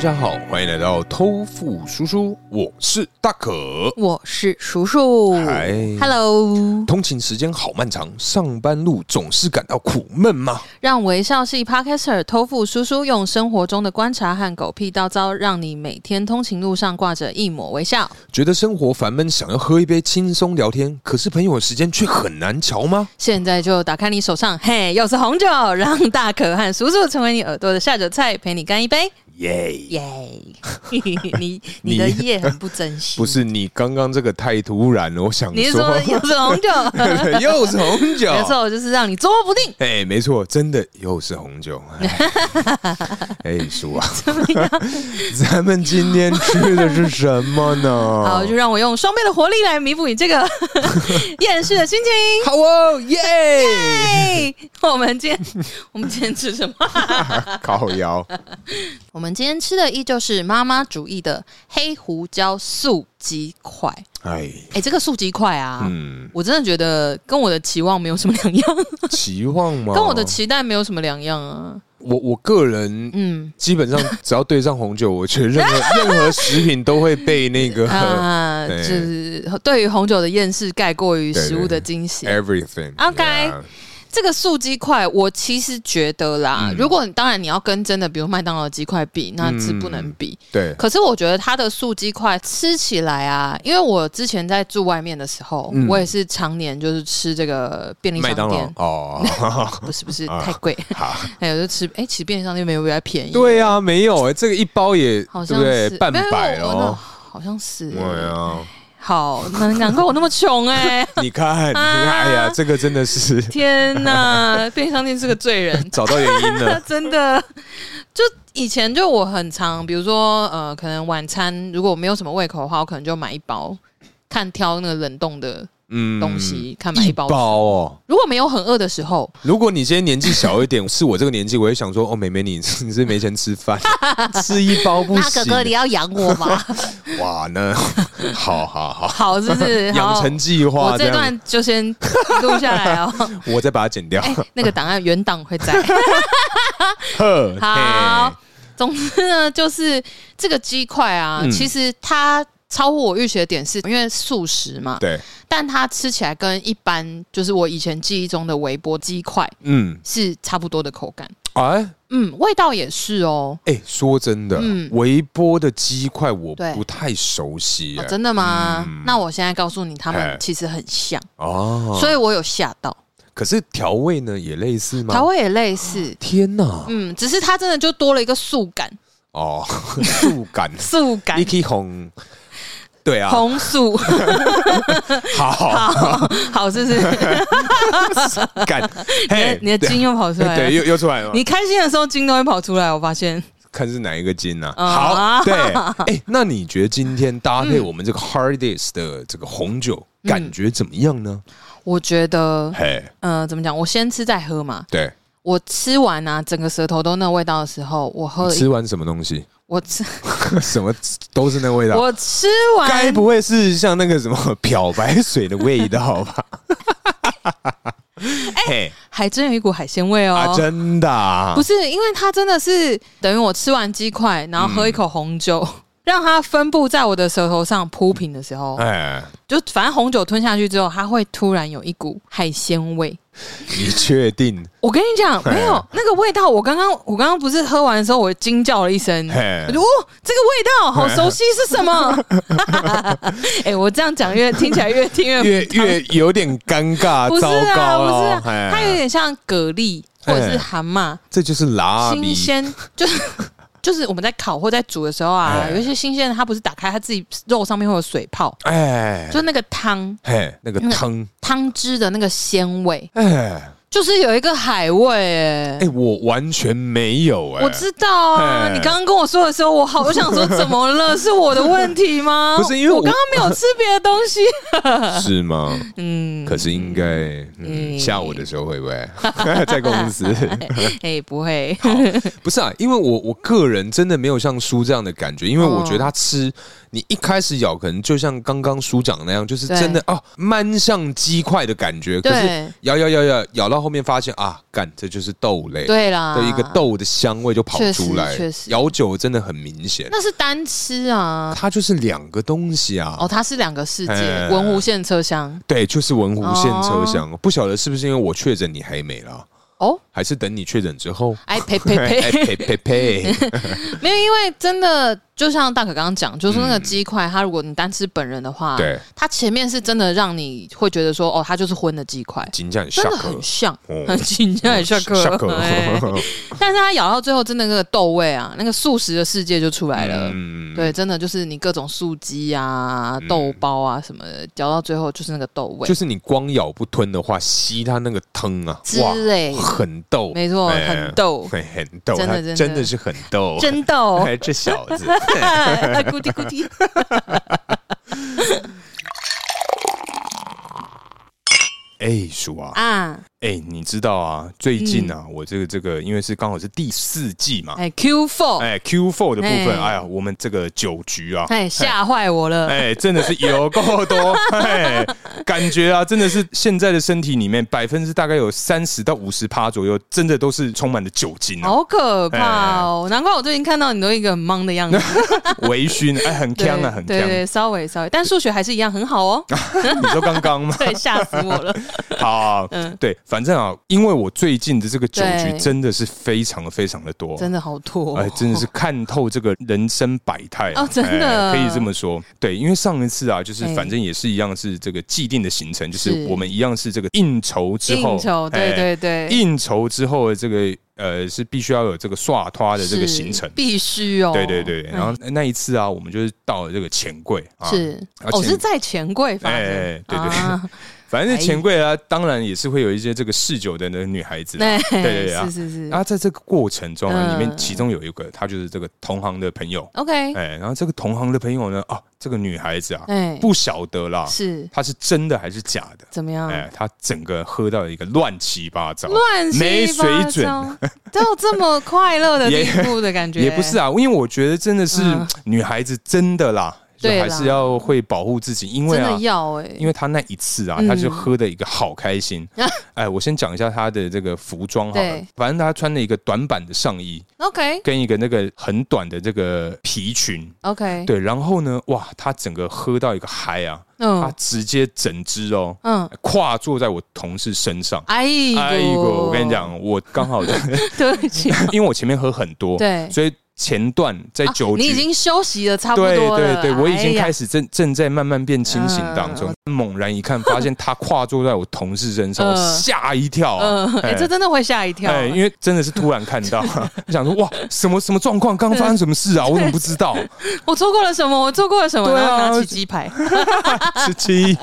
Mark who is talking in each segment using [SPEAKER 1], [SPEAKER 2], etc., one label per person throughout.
[SPEAKER 1] 家好，欢迎来到偷富叔叔，我是大可。
[SPEAKER 2] 我是叔叔。
[SPEAKER 1] 嗨
[SPEAKER 2] Hello，
[SPEAKER 1] 通勤时间好漫长，上班路总是感到苦闷吗？
[SPEAKER 2] 让微笑系 Podcaster 偷富叔叔用生活中的观察和狗屁叨叨，让你每天通勤路上挂着一抹微笑。
[SPEAKER 1] 觉得生活烦闷，想要喝一杯轻松聊天，可是朋友的时间却很难瞧吗？
[SPEAKER 2] 现在就打开你手上，嘿，又是红酒，让大可和叔叔成为你耳朵的下酒菜，陪你干一杯，
[SPEAKER 1] 耶、
[SPEAKER 2] 耶、 你你的
[SPEAKER 1] 你
[SPEAKER 2] 夜很不珍惜，
[SPEAKER 1] 不？是你刚刚这个太突然了，我想
[SPEAKER 2] 你是
[SPEAKER 1] 说
[SPEAKER 2] 说又是红 酒？
[SPEAKER 1] 又是红酒，
[SPEAKER 2] 没错，我就是让你捉摸不定。
[SPEAKER 1] 哎、没错，真的又是红酒。哎，哎叔 啊， 咱们今天吃的是什么呢？
[SPEAKER 2] 好，就让我用双倍的活力来弥补你这个 厌世的心情。
[SPEAKER 1] 好哦，耶、
[SPEAKER 2] 嘿， 我们今天我们今天吃什么？
[SPEAKER 1] 烤窑，
[SPEAKER 2] 我们今天吃的依旧是妈妈主义的黑胡椒素鸡块。
[SPEAKER 1] 哎，
[SPEAKER 2] 哎、这个素鸡块啊，
[SPEAKER 1] 嗯，
[SPEAKER 2] 我真的觉得跟我的期望没有什么两 样，
[SPEAKER 1] 期望吗？
[SPEAKER 2] 跟我的，期待没有什么两样啊。
[SPEAKER 1] 我我个人
[SPEAKER 2] 嗯
[SPEAKER 1] 基本上只要对上红酒，我觉得任何任何食品都会被那个
[SPEAKER 2] 啊，
[SPEAKER 1] 对
[SPEAKER 2] 就是对于红酒的厌世盖过于食物的惊喜。
[SPEAKER 1] everything。
[SPEAKER 2] OK 这个素鸡块，我其实觉得啦，
[SPEAKER 1] 嗯
[SPEAKER 2] 如果你当然你要跟真的比如麦当劳的鸡块比，那是不能比。
[SPEAKER 1] 对，
[SPEAKER 2] 可是我觉得它的素鸡块吃起来啊，因为我之前在住外面的时候，
[SPEAKER 1] 嗯
[SPEAKER 2] 我也是常年就是吃这个便利
[SPEAKER 1] 麦
[SPEAKER 2] 商
[SPEAKER 1] 当劳
[SPEAKER 2] 店，
[SPEAKER 1] 哦，
[SPEAKER 2] 不是 不是
[SPEAKER 1] 啊
[SPEAKER 2] 太贵，
[SPEAKER 1] 好，
[SPEAKER 2] 还有就吃哎、其实便利商店没有比较便宜，，
[SPEAKER 1] 对啊，没有哎，这个一包也
[SPEAKER 2] 好
[SPEAKER 1] 对
[SPEAKER 2] 像
[SPEAKER 1] 不
[SPEAKER 2] 是
[SPEAKER 1] 对？半
[SPEAKER 2] 没有
[SPEAKER 1] 百
[SPEAKER 2] 我那
[SPEAKER 1] 哦，
[SPEAKER 2] 好像是、
[SPEAKER 1] 对啊，
[SPEAKER 2] 好，难难怪我那么穷哎、
[SPEAKER 1] 你看，你看，哎呀，这个真的是
[SPEAKER 2] 天哪，便利商店是个罪人，。
[SPEAKER 1] 找到原因了
[SPEAKER 2] 真的，就以前就我很常，比如说呃，可能晚餐如果没有什么胃口的话，我可能就买一包，看挑那个冷冻的
[SPEAKER 1] 嗯
[SPEAKER 2] 东西，看买一包。
[SPEAKER 1] 包哦。
[SPEAKER 2] 如果没有很饿的时候，
[SPEAKER 1] 如果你今天年纪小一点，是我这个年纪，我会想说，哦，妹妹你 你是没钱吃 饭，吃一包不行。
[SPEAKER 2] 要养我 吧？
[SPEAKER 1] 哇，那 好好好，
[SPEAKER 2] 好，是不是？
[SPEAKER 1] 养
[SPEAKER 2] 好
[SPEAKER 1] 成计划
[SPEAKER 2] 我
[SPEAKER 1] 这
[SPEAKER 2] 这
[SPEAKER 1] 样，
[SPEAKER 2] 段就先录下来哦。
[SPEAKER 1] 我再把它剪掉。
[SPEAKER 2] 哎，那个档案原档会在。
[SPEAKER 1] 呵，
[SPEAKER 2] 好，总之呢，就是这个鸡块啊，
[SPEAKER 1] 嗯
[SPEAKER 2] 其实它超乎我预期的点是，因为素食嘛
[SPEAKER 1] 嘿，对，
[SPEAKER 2] 但它吃起来跟一般就是我以前记忆中的微波鸡块
[SPEAKER 1] 嗯，
[SPEAKER 2] 是差不多的口感。
[SPEAKER 1] 哎
[SPEAKER 2] 嗯，味道也是哦。
[SPEAKER 1] 哎，说真的
[SPEAKER 2] 嗯，
[SPEAKER 1] 微波的鸡块我
[SPEAKER 2] 对
[SPEAKER 1] 不太熟悉
[SPEAKER 2] 哦，
[SPEAKER 1] 哎
[SPEAKER 2] 真的吗？
[SPEAKER 1] 嗯
[SPEAKER 2] 那我现在告诉你，它
[SPEAKER 1] 嘿
[SPEAKER 2] 们其实很像，
[SPEAKER 1] 哦，
[SPEAKER 2] 所以我有吓到。
[SPEAKER 1] 可是调味呢也类似吗？
[SPEAKER 2] 调味也类似，
[SPEAKER 1] 天哪，
[SPEAKER 2] 嗯，只是它真的就多了一个素感，
[SPEAKER 1] 哦， 触感，
[SPEAKER 2] 素 感
[SPEAKER 1] 一。起红，对啊，
[SPEAKER 2] 红素，
[SPEAKER 1] 好，
[SPEAKER 2] 好，是不是？
[SPEAKER 1] 感，
[SPEAKER 2] 你的
[SPEAKER 1] 嘿，
[SPEAKER 2] 你的筋又 跑出
[SPEAKER 1] 对
[SPEAKER 2] 来
[SPEAKER 1] 对
[SPEAKER 2] 了。
[SPEAKER 1] 又又出来了，
[SPEAKER 2] 啊你开心的时候筋都会跑出来，我发现。
[SPEAKER 1] 看是哪一个筋呢、
[SPEAKER 2] 嗯
[SPEAKER 1] 啊？
[SPEAKER 2] 啊嗯
[SPEAKER 1] 好，对，哎，那你觉得今天搭配我们这个 Hard Days 的这个红酒，感觉怎么样
[SPEAKER 2] 嗯
[SPEAKER 1] 呢？
[SPEAKER 2] 我觉得，
[SPEAKER 1] 嘿，
[SPEAKER 2] 嗯，怎么讲？我先吃再喝嘛。
[SPEAKER 1] 对，
[SPEAKER 2] 我吃完啊，整个舌头都那味道的时候，我喝了一
[SPEAKER 1] 吃完什么东西？
[SPEAKER 2] 我吃
[SPEAKER 1] 什么都是那味道。
[SPEAKER 2] 我吃
[SPEAKER 1] 该
[SPEAKER 2] 完，
[SPEAKER 1] 不会是像那个什么漂白水的味道 吧？哎、
[SPEAKER 2] 还真有一股海鲜味哦。
[SPEAKER 1] 啊，真的、啊
[SPEAKER 2] 不，是，因为它真的是等于我吃完鸡块，然后喝一口红酒，
[SPEAKER 1] 嗯
[SPEAKER 2] 让它分布在我的舌头上铺平的时候，
[SPEAKER 1] 哎，
[SPEAKER 2] 就反正红酒吞下去之后，它会突然有一股海鲜味。
[SPEAKER 1] 你确 定？
[SPEAKER 2] 我跟你讲，没有那个味道。我刚刚我刚刚不是喝完的时候，我惊叫了一声，
[SPEAKER 1] 嘿
[SPEAKER 2] 我就哦，这个味道好熟悉，是什么？ 哎、我这样讲越听起来越听 越
[SPEAKER 1] 越越有点尴尬，
[SPEAKER 2] 不是
[SPEAKER 1] 糟
[SPEAKER 2] 啊，
[SPEAKER 1] 糕
[SPEAKER 2] 不是
[SPEAKER 1] 了
[SPEAKER 2] 啊，，
[SPEAKER 1] 哎
[SPEAKER 2] 它有点像蛤蜊或者是蛤蟆，
[SPEAKER 1] 这就是拉比
[SPEAKER 2] 新鲜就是。就是我们在烤或在煮的时候啊
[SPEAKER 1] 哎，
[SPEAKER 2] 有一些新鲜的，它不是打开，它自己肉上面会有水泡，
[SPEAKER 1] 哎，
[SPEAKER 2] 就是那个汤
[SPEAKER 1] 嘿，那个
[SPEAKER 2] 那个
[SPEAKER 1] 汤，
[SPEAKER 2] 汤汁的那个鲜味，
[SPEAKER 1] 哎
[SPEAKER 2] 就是有一个海味、哎，
[SPEAKER 1] 哎，我完全没有哎，
[SPEAKER 2] 我知道啊，
[SPEAKER 1] 哎
[SPEAKER 2] 你刚刚跟我说的时候，我好，我想说怎么 了？是我的问题吗？
[SPEAKER 1] 不是因为我
[SPEAKER 2] 我刚刚没有吃别的东 西。
[SPEAKER 1] 是吗？
[SPEAKER 2] 嗯，
[SPEAKER 1] 可是应该嗯
[SPEAKER 2] 嗯
[SPEAKER 1] 下午的时候会不 会在公司？
[SPEAKER 2] 哎，不会，哦
[SPEAKER 1] 不是啊，因为我我个人真的没有像叔这样的感觉，因为我觉得他吃，你一开始咬可能就像刚刚叔讲的那样，就是真的哦，蛮像鸡块的感觉。可是
[SPEAKER 2] 对
[SPEAKER 1] 咬咬咬咬咬到后面发现啊，干这就是豆类
[SPEAKER 2] 对啦，
[SPEAKER 1] 的一个。豆的香味就跑
[SPEAKER 2] 确实
[SPEAKER 1] 出来
[SPEAKER 2] 确，实
[SPEAKER 1] 咬久了真的很明显。
[SPEAKER 2] 那是单吃啊，
[SPEAKER 1] 它就是两个东西啊。
[SPEAKER 2] 哦，它是两个世界，
[SPEAKER 1] 哎
[SPEAKER 2] 文湖线车厢
[SPEAKER 1] 对，就是文湖线车厢，不晓得是不是因为我确诊你还没啦，
[SPEAKER 2] 哦，
[SPEAKER 1] 还是等你确诊之 后？
[SPEAKER 2] 哎呸 呸
[SPEAKER 1] 哎
[SPEAKER 2] 呸，
[SPEAKER 1] 呸呸 呸！
[SPEAKER 2] 没有，因为真的就像大可刚刚讲，就是那个
[SPEAKER 1] 嗯
[SPEAKER 2] 鸡块，它如果你单吃本人的话，
[SPEAKER 1] 对，
[SPEAKER 2] 它前面是真的让你会觉得说，哦，它就是荤的鸡块，
[SPEAKER 1] 金匠
[SPEAKER 2] 真
[SPEAKER 1] 下
[SPEAKER 2] 的
[SPEAKER 1] 课
[SPEAKER 2] 很，像，
[SPEAKER 1] 哦
[SPEAKER 2] 很紧张，很像课，
[SPEAKER 1] 下课
[SPEAKER 2] 哎但是它咬到最后，真的那个豆味啊，那个素食的世界就出来了。
[SPEAKER 1] 嗯
[SPEAKER 2] 对，真的就是你各种素鸡啊、
[SPEAKER 1] 嗯
[SPEAKER 2] 豆包啊什么的，嚼到最后就是那个豆 味
[SPEAKER 1] 就是你光咬不吞的话，吸它那个汤啊，
[SPEAKER 2] 之
[SPEAKER 1] 哇，
[SPEAKER 2] 类的，
[SPEAKER 1] 很逗，
[SPEAKER 2] 没错，
[SPEAKER 1] 哎
[SPEAKER 2] 很豆，
[SPEAKER 1] 很很逗，
[SPEAKER 2] 真的
[SPEAKER 1] 它
[SPEAKER 2] 真的
[SPEAKER 1] 真的是很逗，
[SPEAKER 2] 真哦豆，
[SPEAKER 1] 哎这小 子，
[SPEAKER 2] 啊咕滴咕滴。
[SPEAKER 1] 哎叔 啊，
[SPEAKER 2] 啊，
[SPEAKER 1] 哎你知道啊，最近啊，我这个这个，因为是刚好是第四季嘛，
[SPEAKER 2] 嗯哎，Q Four，
[SPEAKER 1] 哎 Q four 的部分，
[SPEAKER 2] 哎
[SPEAKER 1] 哎呀，我们这个酒局啊，
[SPEAKER 2] 哎，吓坏我 了。
[SPEAKER 1] 哎，真的是有够多，哎，感觉啊，真的是现在的身体里面百分之大概有三十到五十趴左右，真的都是充满了酒精啊，
[SPEAKER 2] 好可怕
[SPEAKER 1] 哎
[SPEAKER 2] 哦！难怪我最近看到你都一个很忙的 样子，
[SPEAKER 1] 微醺， 哎，很
[SPEAKER 2] 对
[SPEAKER 1] 呛啊，很
[SPEAKER 2] 对
[SPEAKER 1] 呛。
[SPEAKER 2] 对，稍微稍微，但数学还是一样很 好哦。？
[SPEAKER 1] 你说刚刚吗
[SPEAKER 2] 对，吓死 我了。
[SPEAKER 1] 好，
[SPEAKER 2] 嗯，
[SPEAKER 1] 对，反正啊，因为我最近的这个酒局
[SPEAKER 2] 对
[SPEAKER 1] 真的是非常非常的多，
[SPEAKER 2] 真的好吐
[SPEAKER 1] 哎
[SPEAKER 2] 哦，，
[SPEAKER 1] 真的是看透这个人生百态啊
[SPEAKER 2] 哦真的
[SPEAKER 1] 哎可以这么说。对，因为上一次啊，就是
[SPEAKER 2] 哎
[SPEAKER 1] 反正也是一样，是这个既定的行程，就是
[SPEAKER 2] 是
[SPEAKER 1] 我们一样是这个应酬之后，
[SPEAKER 2] 应酬，
[SPEAKER 1] 哎
[SPEAKER 2] 对对对，
[SPEAKER 1] 应酬之后的这个呃是必须要有这个刷拖的这个
[SPEAKER 2] 是
[SPEAKER 1] 行程。
[SPEAKER 2] 必须哦。
[SPEAKER 1] 对对对，
[SPEAKER 2] 嗯
[SPEAKER 1] 然后那一次啊，我们就是到了这个钱柜啊，
[SPEAKER 2] 是
[SPEAKER 1] 啊
[SPEAKER 2] 哦，
[SPEAKER 1] 钱
[SPEAKER 2] 是在钱柜发生
[SPEAKER 1] 哎哎哎，对对
[SPEAKER 2] 啊
[SPEAKER 1] 反正钱柜
[SPEAKER 2] 哎
[SPEAKER 1] 啊，当然也是会有一些这个嗜酒的那个女孩子啊，
[SPEAKER 2] 对对
[SPEAKER 1] 对对啊
[SPEAKER 2] 哎是是是
[SPEAKER 1] 然后在这个过程中啊，
[SPEAKER 2] 嗯
[SPEAKER 1] 里面其中有一个，她就是这个同行的朋友，
[SPEAKER 2] ，OK，
[SPEAKER 1] 哎，然后这个同行的朋友呢，啊，这个女孩子啊，
[SPEAKER 2] 哎，
[SPEAKER 1] 不晓得啦，
[SPEAKER 2] 是嗯
[SPEAKER 1] 她是真的还是假的？
[SPEAKER 2] 怎么样？
[SPEAKER 1] 哎，她整个喝到一个乱七八糟，
[SPEAKER 2] 乱七
[SPEAKER 1] 没水
[SPEAKER 2] 八
[SPEAKER 1] 准
[SPEAKER 2] 糟，都有这么快乐的地
[SPEAKER 1] 也
[SPEAKER 2] 步的感 觉，
[SPEAKER 1] 也不是啊，因为我觉得真的是
[SPEAKER 2] 嗯
[SPEAKER 1] 女孩子真的啦，就
[SPEAKER 2] 对啦
[SPEAKER 1] 还是要会保护自己，因为
[SPEAKER 2] 真
[SPEAKER 1] 啊
[SPEAKER 2] 的。要哎，
[SPEAKER 1] 因为她那一次啊，
[SPEAKER 2] 嗯
[SPEAKER 1] 她就喝的一个好开 心。哎，我先讲一下她的这个服装好了
[SPEAKER 2] 对，
[SPEAKER 1] 反正她穿了一个短版的上衣，
[SPEAKER 2] OK
[SPEAKER 1] 跟一个那个很短的这个皮裙。
[SPEAKER 2] OK，
[SPEAKER 1] 对，然后呢，哇，她整个喝到一个嗨啊，她
[SPEAKER 2] 嗯
[SPEAKER 1] 直接整只哦，
[SPEAKER 2] 嗯，
[SPEAKER 1] 跨坐在我同事身上。
[SPEAKER 2] 哎呦
[SPEAKER 1] 哎呦，我跟你，讲，我刚好就
[SPEAKER 2] 对不起，
[SPEAKER 1] 因为我前面喝很多，
[SPEAKER 2] 对
[SPEAKER 1] 所以前段在
[SPEAKER 2] 啊
[SPEAKER 1] 酒
[SPEAKER 2] 你已
[SPEAKER 1] 局
[SPEAKER 2] 经休息了差不
[SPEAKER 1] 对
[SPEAKER 2] 多了，
[SPEAKER 1] 对对，我已经
[SPEAKER 2] 哎呀
[SPEAKER 1] 开始正正在慢慢变清醒当中
[SPEAKER 2] 嗯，
[SPEAKER 1] 猛然一看，发现他跨坐在我同事身上，
[SPEAKER 2] 嗯
[SPEAKER 1] 我吓一跳啊。
[SPEAKER 2] 嗯，哎，这真的会吓一跳，啊
[SPEAKER 1] 哎，因为真的是突然看到， 我想说哇，什么什么状况？刚刚发生什么事啊？我怎么不知 道？
[SPEAKER 2] 我错过了什么？我错过了什么？
[SPEAKER 1] 对啊
[SPEAKER 2] 然后拿起鸡排，
[SPEAKER 1] 吃鸡。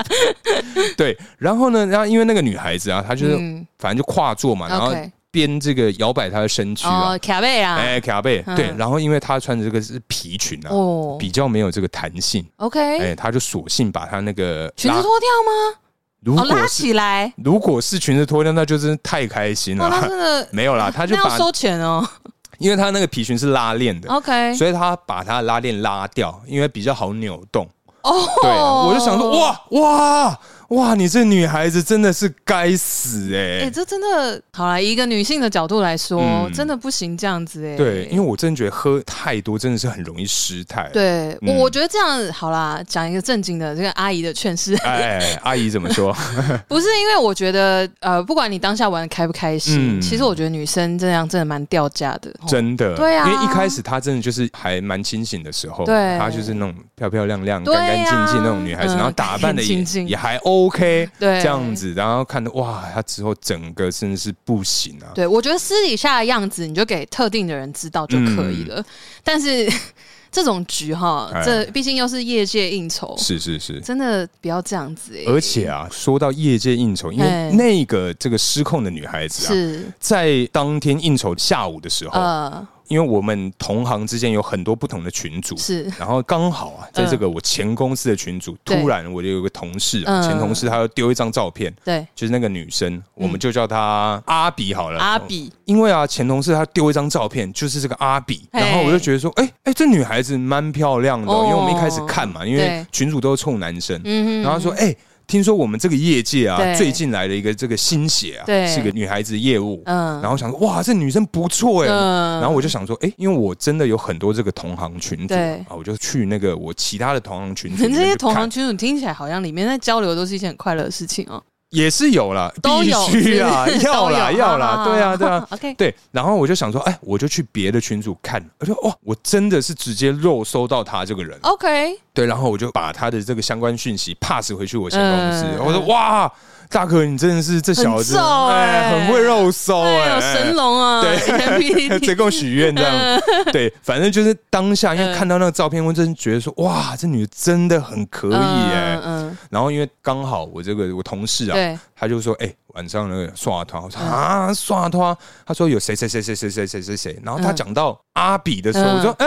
[SPEAKER 1] 对，然后呢，然后因为那个女孩子啊，她就是
[SPEAKER 2] 嗯
[SPEAKER 1] 反正就跨坐嘛，然后
[SPEAKER 2] OK
[SPEAKER 1] 边这个摇摆她的身躯啊
[SPEAKER 2] 哦，，卡贝啊，
[SPEAKER 1] 哎，卡背。
[SPEAKER 2] 嗯
[SPEAKER 1] 对，然后因为她穿的这个是皮裙啊，
[SPEAKER 2] 哦
[SPEAKER 1] 比较没有这个弹性，
[SPEAKER 2] ，OK，
[SPEAKER 1] 哎，她就索性把她那个
[SPEAKER 2] 裙
[SPEAKER 1] 拉
[SPEAKER 2] 子脱掉吗？
[SPEAKER 1] 如
[SPEAKER 2] 哦，拉
[SPEAKER 1] 果是
[SPEAKER 2] 起来，
[SPEAKER 1] 如果是裙子脱掉，那就真是太开心
[SPEAKER 2] 哇，他
[SPEAKER 1] 了。
[SPEAKER 2] 真的
[SPEAKER 1] 没有啦， 她就
[SPEAKER 2] 那要
[SPEAKER 1] 把，
[SPEAKER 2] 收钱哦
[SPEAKER 1] 因为她那个皮裙是拉链的，
[SPEAKER 2] ，OK，
[SPEAKER 1] 所以她把她的拉链拉掉，因为比较好扭动。
[SPEAKER 2] 哦，
[SPEAKER 1] 对，啊我就想说，，哇哇哇，你这女孩子真的是该死哎、
[SPEAKER 2] 哎，这真的好啦，以一个女性的角度来说，
[SPEAKER 1] 嗯
[SPEAKER 2] 真的不行这样子，哎，
[SPEAKER 1] 对，因为我真的觉得喝太多真的是很容易失态。，
[SPEAKER 2] 对，我
[SPEAKER 1] 嗯
[SPEAKER 2] 我觉得这样好啦，讲一个正经的，这个阿姨的劝是，
[SPEAKER 1] 哎，阿姨怎么说？
[SPEAKER 2] 不是因为我觉得，呃，不管你当下玩得开不开心，
[SPEAKER 1] 嗯
[SPEAKER 2] 其实我觉得女生这样真的蛮掉价的，
[SPEAKER 1] 真的，
[SPEAKER 2] 对啊
[SPEAKER 1] 因为一开始她真的就是还蛮清醒的时候，
[SPEAKER 2] 对
[SPEAKER 1] 她就是那种漂漂亮亮、
[SPEAKER 2] 对啊
[SPEAKER 1] 干干净净那种女孩子，
[SPEAKER 2] 嗯
[SPEAKER 1] 然后打扮的也
[SPEAKER 2] 干干净净
[SPEAKER 1] 也还 OK，
[SPEAKER 2] 对
[SPEAKER 1] 这样子，然后看的哇，她之后整个真的是不行啊，
[SPEAKER 2] 对，我觉得私底下的样子，你就给特定的人知道就可以了。但是 这种局哈
[SPEAKER 1] 嗯哎，
[SPEAKER 2] 这毕竟又是业界应酬，
[SPEAKER 1] 是是是。
[SPEAKER 2] 真的不要这样子、欸。
[SPEAKER 1] 而且啊，说到业界应酬，因为
[SPEAKER 2] 哎
[SPEAKER 1] 那个这个失控的女孩子啊，哦
[SPEAKER 2] 是
[SPEAKER 1] 在当天应酬下午的时候，
[SPEAKER 2] 呃，
[SPEAKER 1] 因为我们同行之间有很多不同的群组，
[SPEAKER 2] 是嗯
[SPEAKER 1] 然后刚好啊，在这个我前公司的群组，
[SPEAKER 2] 对
[SPEAKER 1] 突然我就有个同事啊，
[SPEAKER 2] 嗯
[SPEAKER 1] 前同事他要丢一张照片，
[SPEAKER 2] 对
[SPEAKER 1] 就是那个女生，我们就叫她阿比好了。
[SPEAKER 2] 嗯阿，比，
[SPEAKER 1] 因为啊，前同事他丢一张照片，就是这个阿比，
[SPEAKER 2] 嘿
[SPEAKER 1] 然后我就觉得说，哎哎，这女孩子蛮漂亮的哦，
[SPEAKER 2] 哦
[SPEAKER 1] 因为我们一开始看嘛，因为
[SPEAKER 2] 对
[SPEAKER 1] 群主都是冲男生，
[SPEAKER 2] 嗯哼，
[SPEAKER 1] 然后他说，哎。听说我们这个业界啊，
[SPEAKER 2] 对
[SPEAKER 1] 最近来了一个这个新血啊，
[SPEAKER 2] 对
[SPEAKER 1] 是个女孩子业务，
[SPEAKER 2] 嗯
[SPEAKER 1] 然后想说哇，这女生不错哎、
[SPEAKER 2] 嗯
[SPEAKER 1] 然后我就想说，哎、因为我真的有很多这个同行群组
[SPEAKER 2] 对
[SPEAKER 1] 啊，我就去那个我其他的同行群
[SPEAKER 2] 你
[SPEAKER 1] 组里
[SPEAKER 2] 们
[SPEAKER 1] 面去看，
[SPEAKER 2] 这些同行群组听起来好像里面在交流都是一件很快乐的事情哦，
[SPEAKER 1] 也是有啦，
[SPEAKER 2] 都有
[SPEAKER 1] 必须啊，
[SPEAKER 2] 是不是
[SPEAKER 1] 要啦
[SPEAKER 2] 都有
[SPEAKER 1] 要
[SPEAKER 2] 好
[SPEAKER 1] 啦，
[SPEAKER 2] 好
[SPEAKER 1] 对啊对啊。
[SPEAKER 2] ，OK，
[SPEAKER 1] 对，然后我就想说，哎，我就去别的群组看，我就哇，我真的是直接肉搜到他这个
[SPEAKER 2] 哦
[SPEAKER 1] 人，
[SPEAKER 2] OK，
[SPEAKER 1] 对，然后我就把他的这个相关讯息 pass 回去我前公司，
[SPEAKER 2] 嗯
[SPEAKER 1] 我说哇，大哥，你真的是这小子，哎
[SPEAKER 2] 很瘦欸
[SPEAKER 1] 很会肉搜
[SPEAKER 2] 哎
[SPEAKER 1] 哎、
[SPEAKER 2] 呦，神龙啊，
[SPEAKER 1] 对
[SPEAKER 2] 以 前
[SPEAKER 1] 这
[SPEAKER 2] PPT，
[SPEAKER 1] 够许愿这样，对，反正就是当下，因为
[SPEAKER 2] 嗯
[SPEAKER 1] 看到那个照片，我真的觉得说，哇，这女的真的很可以哎、
[SPEAKER 2] 嗯，嗯
[SPEAKER 1] 然后因为刚好我这个我同事啊，
[SPEAKER 2] 对，
[SPEAKER 1] 他就说，哎、晚上那个刷团，我说啊刷团，他说有谁谁谁谁谁谁谁谁谁，然后他
[SPEAKER 2] 嗯
[SPEAKER 1] 讲到阿比的时候，
[SPEAKER 2] 嗯
[SPEAKER 1] 我说，哎、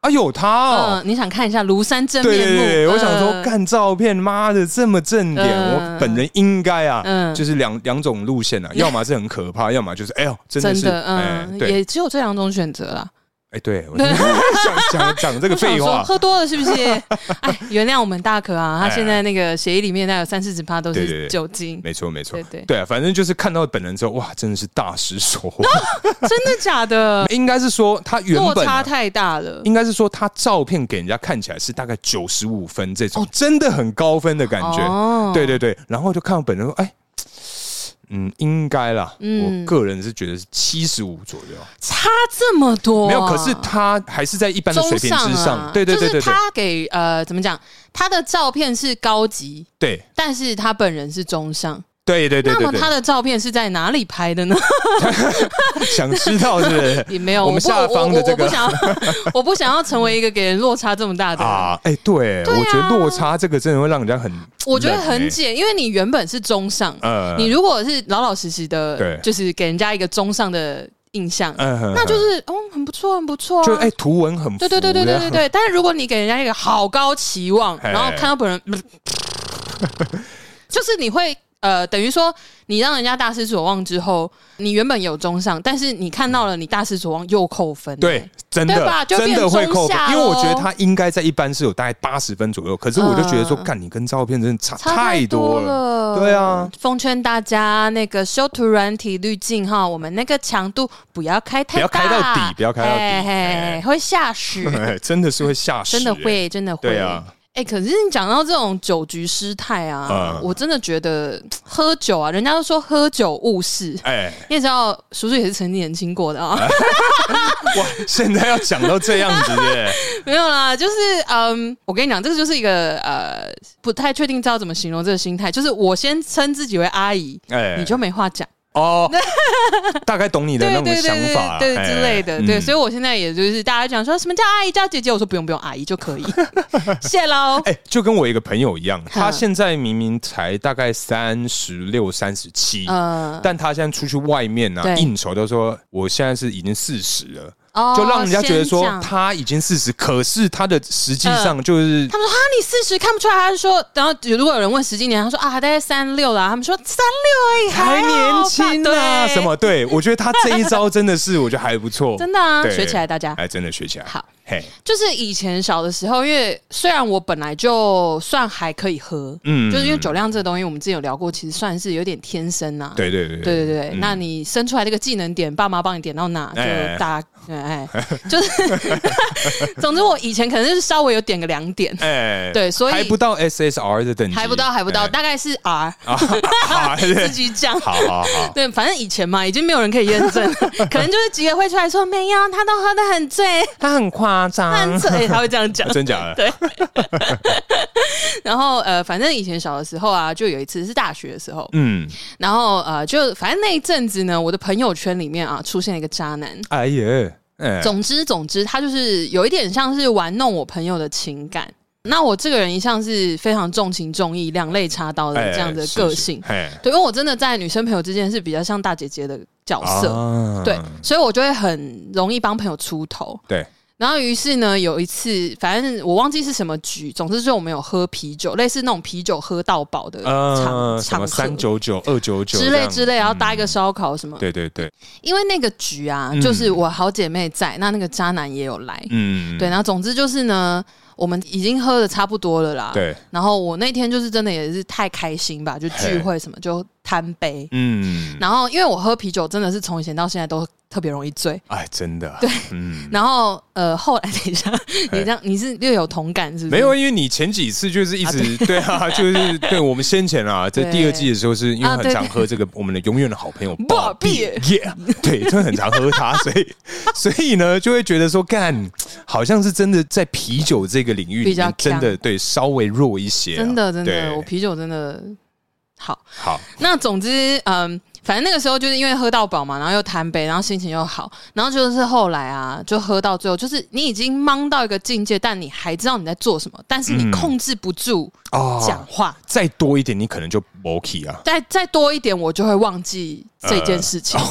[SPEAKER 1] 啊有他哦。
[SPEAKER 2] 嗯，你想看一下庐山真
[SPEAKER 1] 对
[SPEAKER 2] 面
[SPEAKER 1] 对
[SPEAKER 2] 目？
[SPEAKER 1] 对，我想说，
[SPEAKER 2] 嗯，
[SPEAKER 1] 看照片，妈的，这么正点，
[SPEAKER 2] 嗯
[SPEAKER 1] 我本人应该啊，
[SPEAKER 2] 嗯
[SPEAKER 1] 就是两两种路线啊，要么是很可 怕，要么就是，哎呦，真的
[SPEAKER 2] 真
[SPEAKER 1] 是，
[SPEAKER 2] 的，
[SPEAKER 1] 哎，
[SPEAKER 2] 嗯，
[SPEAKER 1] 对，
[SPEAKER 2] 也只有这两种选择啦。
[SPEAKER 1] 哎、对，我 想讲讲这个
[SPEAKER 2] 我 想
[SPEAKER 1] 废
[SPEAKER 2] 说
[SPEAKER 1] 话，
[SPEAKER 2] 喝多了是不是？ 哎，原谅我们大可啊，他
[SPEAKER 1] 哎
[SPEAKER 2] 现在那个协议里面大概有三四十趴都
[SPEAKER 1] 对对对
[SPEAKER 2] 是酒精，
[SPEAKER 1] 没错没错
[SPEAKER 2] 对，对，
[SPEAKER 1] 对啊，反正就是看到本人之后，哇，真的是大失所 望。
[SPEAKER 2] 真的假的？
[SPEAKER 1] 应该是说他原
[SPEAKER 2] 落
[SPEAKER 1] 本啊、
[SPEAKER 2] 差太大了。
[SPEAKER 1] 应该是说他照片给人家看起来是大概九十五分这种、真的很高分的感觉。
[SPEAKER 2] 哦
[SPEAKER 1] 对对对，然后就看到本人说，哎。嗯，应该啦。
[SPEAKER 2] 嗯
[SPEAKER 1] 我个人是觉得是七十五左右，
[SPEAKER 2] 差这么多啊，
[SPEAKER 1] 没有。可是他还是在一般的水平
[SPEAKER 2] 中上
[SPEAKER 1] 之
[SPEAKER 2] 啊
[SPEAKER 1] 上。，对对对
[SPEAKER 2] 就
[SPEAKER 1] 对
[SPEAKER 2] 是他给呃怎么讲，他的照片是高级，
[SPEAKER 1] 对
[SPEAKER 2] 但是他本人是中上。
[SPEAKER 1] 对对对对
[SPEAKER 2] 那么
[SPEAKER 1] 对
[SPEAKER 2] 他的照片是在哪里拍的呢？
[SPEAKER 1] 对， 想知道是不是
[SPEAKER 2] 也没有，
[SPEAKER 1] 我们
[SPEAKER 2] 不
[SPEAKER 1] 下方的这个
[SPEAKER 2] 我我我不想要，我不想要成为一个给人落差这么大的人。
[SPEAKER 1] 啊？哎，对，
[SPEAKER 2] 对啊
[SPEAKER 1] 我觉得落差这个真的会让人家很，
[SPEAKER 2] 我觉得
[SPEAKER 1] 冷
[SPEAKER 2] 很
[SPEAKER 1] 欸
[SPEAKER 2] 解，因为你原本是中上，
[SPEAKER 1] 呃
[SPEAKER 2] 你如果是老老实实的
[SPEAKER 1] 对，
[SPEAKER 2] 就是给人家一个中上的印象，
[SPEAKER 1] 嗯，
[SPEAKER 2] 那就
[SPEAKER 1] 嗯
[SPEAKER 2] 是哦，很不错，很不错、啊，
[SPEAKER 1] 就哎、图文很
[SPEAKER 2] 对对对对对对对。但是如果你给人家一个好高期望，
[SPEAKER 1] 哎
[SPEAKER 2] 然后看 到本人，就是你会。呃，等于说你让人家大失所望之后，你原本有中上，但是你看到了你大失所望又扣分、
[SPEAKER 1] 对，真
[SPEAKER 2] 对
[SPEAKER 1] 的
[SPEAKER 2] 吧就变
[SPEAKER 1] 真的会扣分
[SPEAKER 2] 中，下
[SPEAKER 1] 因为我觉得
[SPEAKER 2] 咯
[SPEAKER 1] 他应该在一般是有大概八十分左右，可是我就觉得说，
[SPEAKER 2] 嗯
[SPEAKER 1] 干、你跟照片真的差
[SPEAKER 2] 差
[SPEAKER 1] 太
[SPEAKER 2] 多
[SPEAKER 1] 了。
[SPEAKER 2] 了
[SPEAKER 1] 对啊，
[SPEAKER 2] 奉劝大家那个修图软体滤镜哈，我们那个强度不要开太大，
[SPEAKER 1] 不要开到底不要开到底
[SPEAKER 2] 嘿嘿
[SPEAKER 1] 哎
[SPEAKER 2] 嘿会吓死，
[SPEAKER 1] 真的是会吓死、
[SPEAKER 2] 真的
[SPEAKER 1] 欸。
[SPEAKER 2] 会，真的会。
[SPEAKER 1] 对啊，
[SPEAKER 2] 哎、可是你讲到这种酒局失态啊，
[SPEAKER 1] 嗯
[SPEAKER 2] 我真的觉得喝酒啊，人家都说喝酒误事。
[SPEAKER 1] 哎、
[SPEAKER 2] 你也知道，叔叔也是曾经年轻过的啊，
[SPEAKER 1] 哇！现在要讲到这样子是不是，
[SPEAKER 2] 没有啦，就是嗯，我跟你讲，这个就是一个呃，不太确定知道怎么形容这个心态，就是我先称自己为阿姨，
[SPEAKER 1] 哎、
[SPEAKER 2] 你就没话讲。
[SPEAKER 1] 哦，大概懂你的那
[SPEAKER 2] 对
[SPEAKER 1] 种
[SPEAKER 2] 对
[SPEAKER 1] 想
[SPEAKER 2] 对
[SPEAKER 1] 法啊，
[SPEAKER 2] 对对
[SPEAKER 1] 哎
[SPEAKER 2] 之类的，对，所以
[SPEAKER 1] 嗯
[SPEAKER 2] 我现在也就是大家讲说什么叫阿姨叫姐姐，我说不用不用，阿姨就 可以，谢喽。
[SPEAKER 1] 哎、就跟我一个朋友一样，他
[SPEAKER 2] 嗯
[SPEAKER 1] 现在明明才大概三十六、三十七，
[SPEAKER 2] 呃，
[SPEAKER 1] 但他现在出去外面啊
[SPEAKER 2] 对
[SPEAKER 1] 应酬，都说我现在是已经四十了，
[SPEAKER 2] 哦
[SPEAKER 1] 就让人家觉得说
[SPEAKER 2] 先讲
[SPEAKER 1] 他已经四十，可是他的实际上就是
[SPEAKER 2] 他们说啊，你四十看不出来，他就说，然后如果有人问十几年，他说啊，大概三六啦，他们说三六而 已，
[SPEAKER 1] 还
[SPEAKER 2] 好
[SPEAKER 1] 年
[SPEAKER 2] 吧
[SPEAKER 1] 轻啊，
[SPEAKER 2] 对
[SPEAKER 1] 什么？对我觉得他这一招真的是，我觉得还不错，
[SPEAKER 2] 真的啊，
[SPEAKER 1] 对
[SPEAKER 2] 学起来大家。
[SPEAKER 1] 哎，真的学起来。
[SPEAKER 2] 好，
[SPEAKER 1] 嘿，
[SPEAKER 2] 就是以前小的时候，因为虽然我本来就算还可以喝，
[SPEAKER 1] 嗯
[SPEAKER 2] 就是因为酒量这个东西，我们之前有聊过，其实算是有点天生呐、啊。
[SPEAKER 1] 对对对
[SPEAKER 2] 对对对，
[SPEAKER 1] 嗯
[SPEAKER 2] 那你生出来这个技能点，爸妈帮你点到哪，就
[SPEAKER 1] 哎
[SPEAKER 2] 大家哎，就是， 总之我以前可能就是稍微有点个两点，
[SPEAKER 1] 哎，
[SPEAKER 2] 对所以
[SPEAKER 1] 还不到 SSR 的等级，
[SPEAKER 2] 还不到，还不到，
[SPEAKER 1] 哎
[SPEAKER 2] 大概是 R
[SPEAKER 1] 啊 啊，
[SPEAKER 2] 自
[SPEAKER 1] 对
[SPEAKER 2] 己讲。
[SPEAKER 1] 好好 好，
[SPEAKER 2] 对，反正以前嘛，已经没有人可以验证， 可能就是几个会出来说没有，他都喝得 很醉，
[SPEAKER 1] 他很夸张
[SPEAKER 2] 很，醉， 他会这样讲。
[SPEAKER 1] 真假的？
[SPEAKER 2] 对。然后呃，反正以前小的时候啊，就有一次是大学的时候，
[SPEAKER 1] 嗯，
[SPEAKER 2] 然后呃，就反正那一阵子呢，我的朋友圈里面啊，出现了一个渣男。
[SPEAKER 1] 哎呀，哎，
[SPEAKER 2] 总之，总之，他就是有一点像是玩弄我朋友的情感。那我这个人一向是非常重情重义、两肋插刀的
[SPEAKER 1] 哎
[SPEAKER 2] 这样的
[SPEAKER 1] 是
[SPEAKER 2] 个
[SPEAKER 1] 是
[SPEAKER 2] 性，
[SPEAKER 1] 嘿，
[SPEAKER 2] 对，因为我真的在女生朋友之间是比较像大姐姐的角色，
[SPEAKER 1] 啊
[SPEAKER 2] 对，所以我就会很容易帮朋友出头。
[SPEAKER 1] 对，
[SPEAKER 2] 然后于是呢，有一次，反正我忘记是什么局，总之就是我们有喝啤酒，类似那种啤酒喝到饱的场
[SPEAKER 1] 呃，什
[SPEAKER 2] 场合
[SPEAKER 1] 么三九九、二九九
[SPEAKER 2] 之类之类，然后搭一个烧烤什么。
[SPEAKER 1] 对对对，
[SPEAKER 2] 因为那个局啊，
[SPEAKER 1] 嗯
[SPEAKER 2] 就是我好姐妹在，那那个渣男也有来，
[SPEAKER 1] 嗯，
[SPEAKER 2] 对，然后总之就是呢，我们已经喝的差不多了啦。。
[SPEAKER 1] 对，
[SPEAKER 2] 然后我那天就是真的也是太开心吧，就聚会什么就贪杯。
[SPEAKER 1] 嗯，
[SPEAKER 2] 然后因为我喝啤酒真的是从以前到现在都特别容易醉。
[SPEAKER 1] 哎，真的，对， 嗯，
[SPEAKER 2] 然后呃，后来 等一下，
[SPEAKER 1] 嘿
[SPEAKER 2] 你这样你是略有同感是不是？
[SPEAKER 1] 没有，因为你前几次就是一直 对啊，就是对我们先前 啊，在
[SPEAKER 2] 对
[SPEAKER 1] 第二季的时候，是因为
[SPEAKER 2] 啊
[SPEAKER 1] 很
[SPEAKER 2] 对
[SPEAKER 1] 常
[SPEAKER 2] 对
[SPEAKER 1] 喝这个我们的永远的好 朋友
[SPEAKER 2] 鲍比
[SPEAKER 1] 耶，对，真的很常喝 它，所以所以呢，就会觉得说干，好像是真的在啤酒这个领域里
[SPEAKER 2] 比较
[SPEAKER 1] 面，真
[SPEAKER 2] 强
[SPEAKER 1] 的对稍微弱一些啊，
[SPEAKER 2] 真的真的，
[SPEAKER 1] 对
[SPEAKER 2] 我啤酒真的好。
[SPEAKER 1] 好，
[SPEAKER 2] 那总之，嗯，反正那个时候就是因为喝到饱嘛，然后又贪杯，然后心情又好，然后就是后来啊，就喝到最后，就是你已经忙到一个境界，但你还知道你在做什么，但是你
[SPEAKER 1] 嗯
[SPEAKER 2] 控制不住讲
[SPEAKER 1] 哦，
[SPEAKER 2] 话。
[SPEAKER 1] 再多一点，你可能就 m o k y 啊，
[SPEAKER 2] 再再多一点，我就会忘记这件事
[SPEAKER 1] 嗯
[SPEAKER 2] 情。
[SPEAKER 1] 哦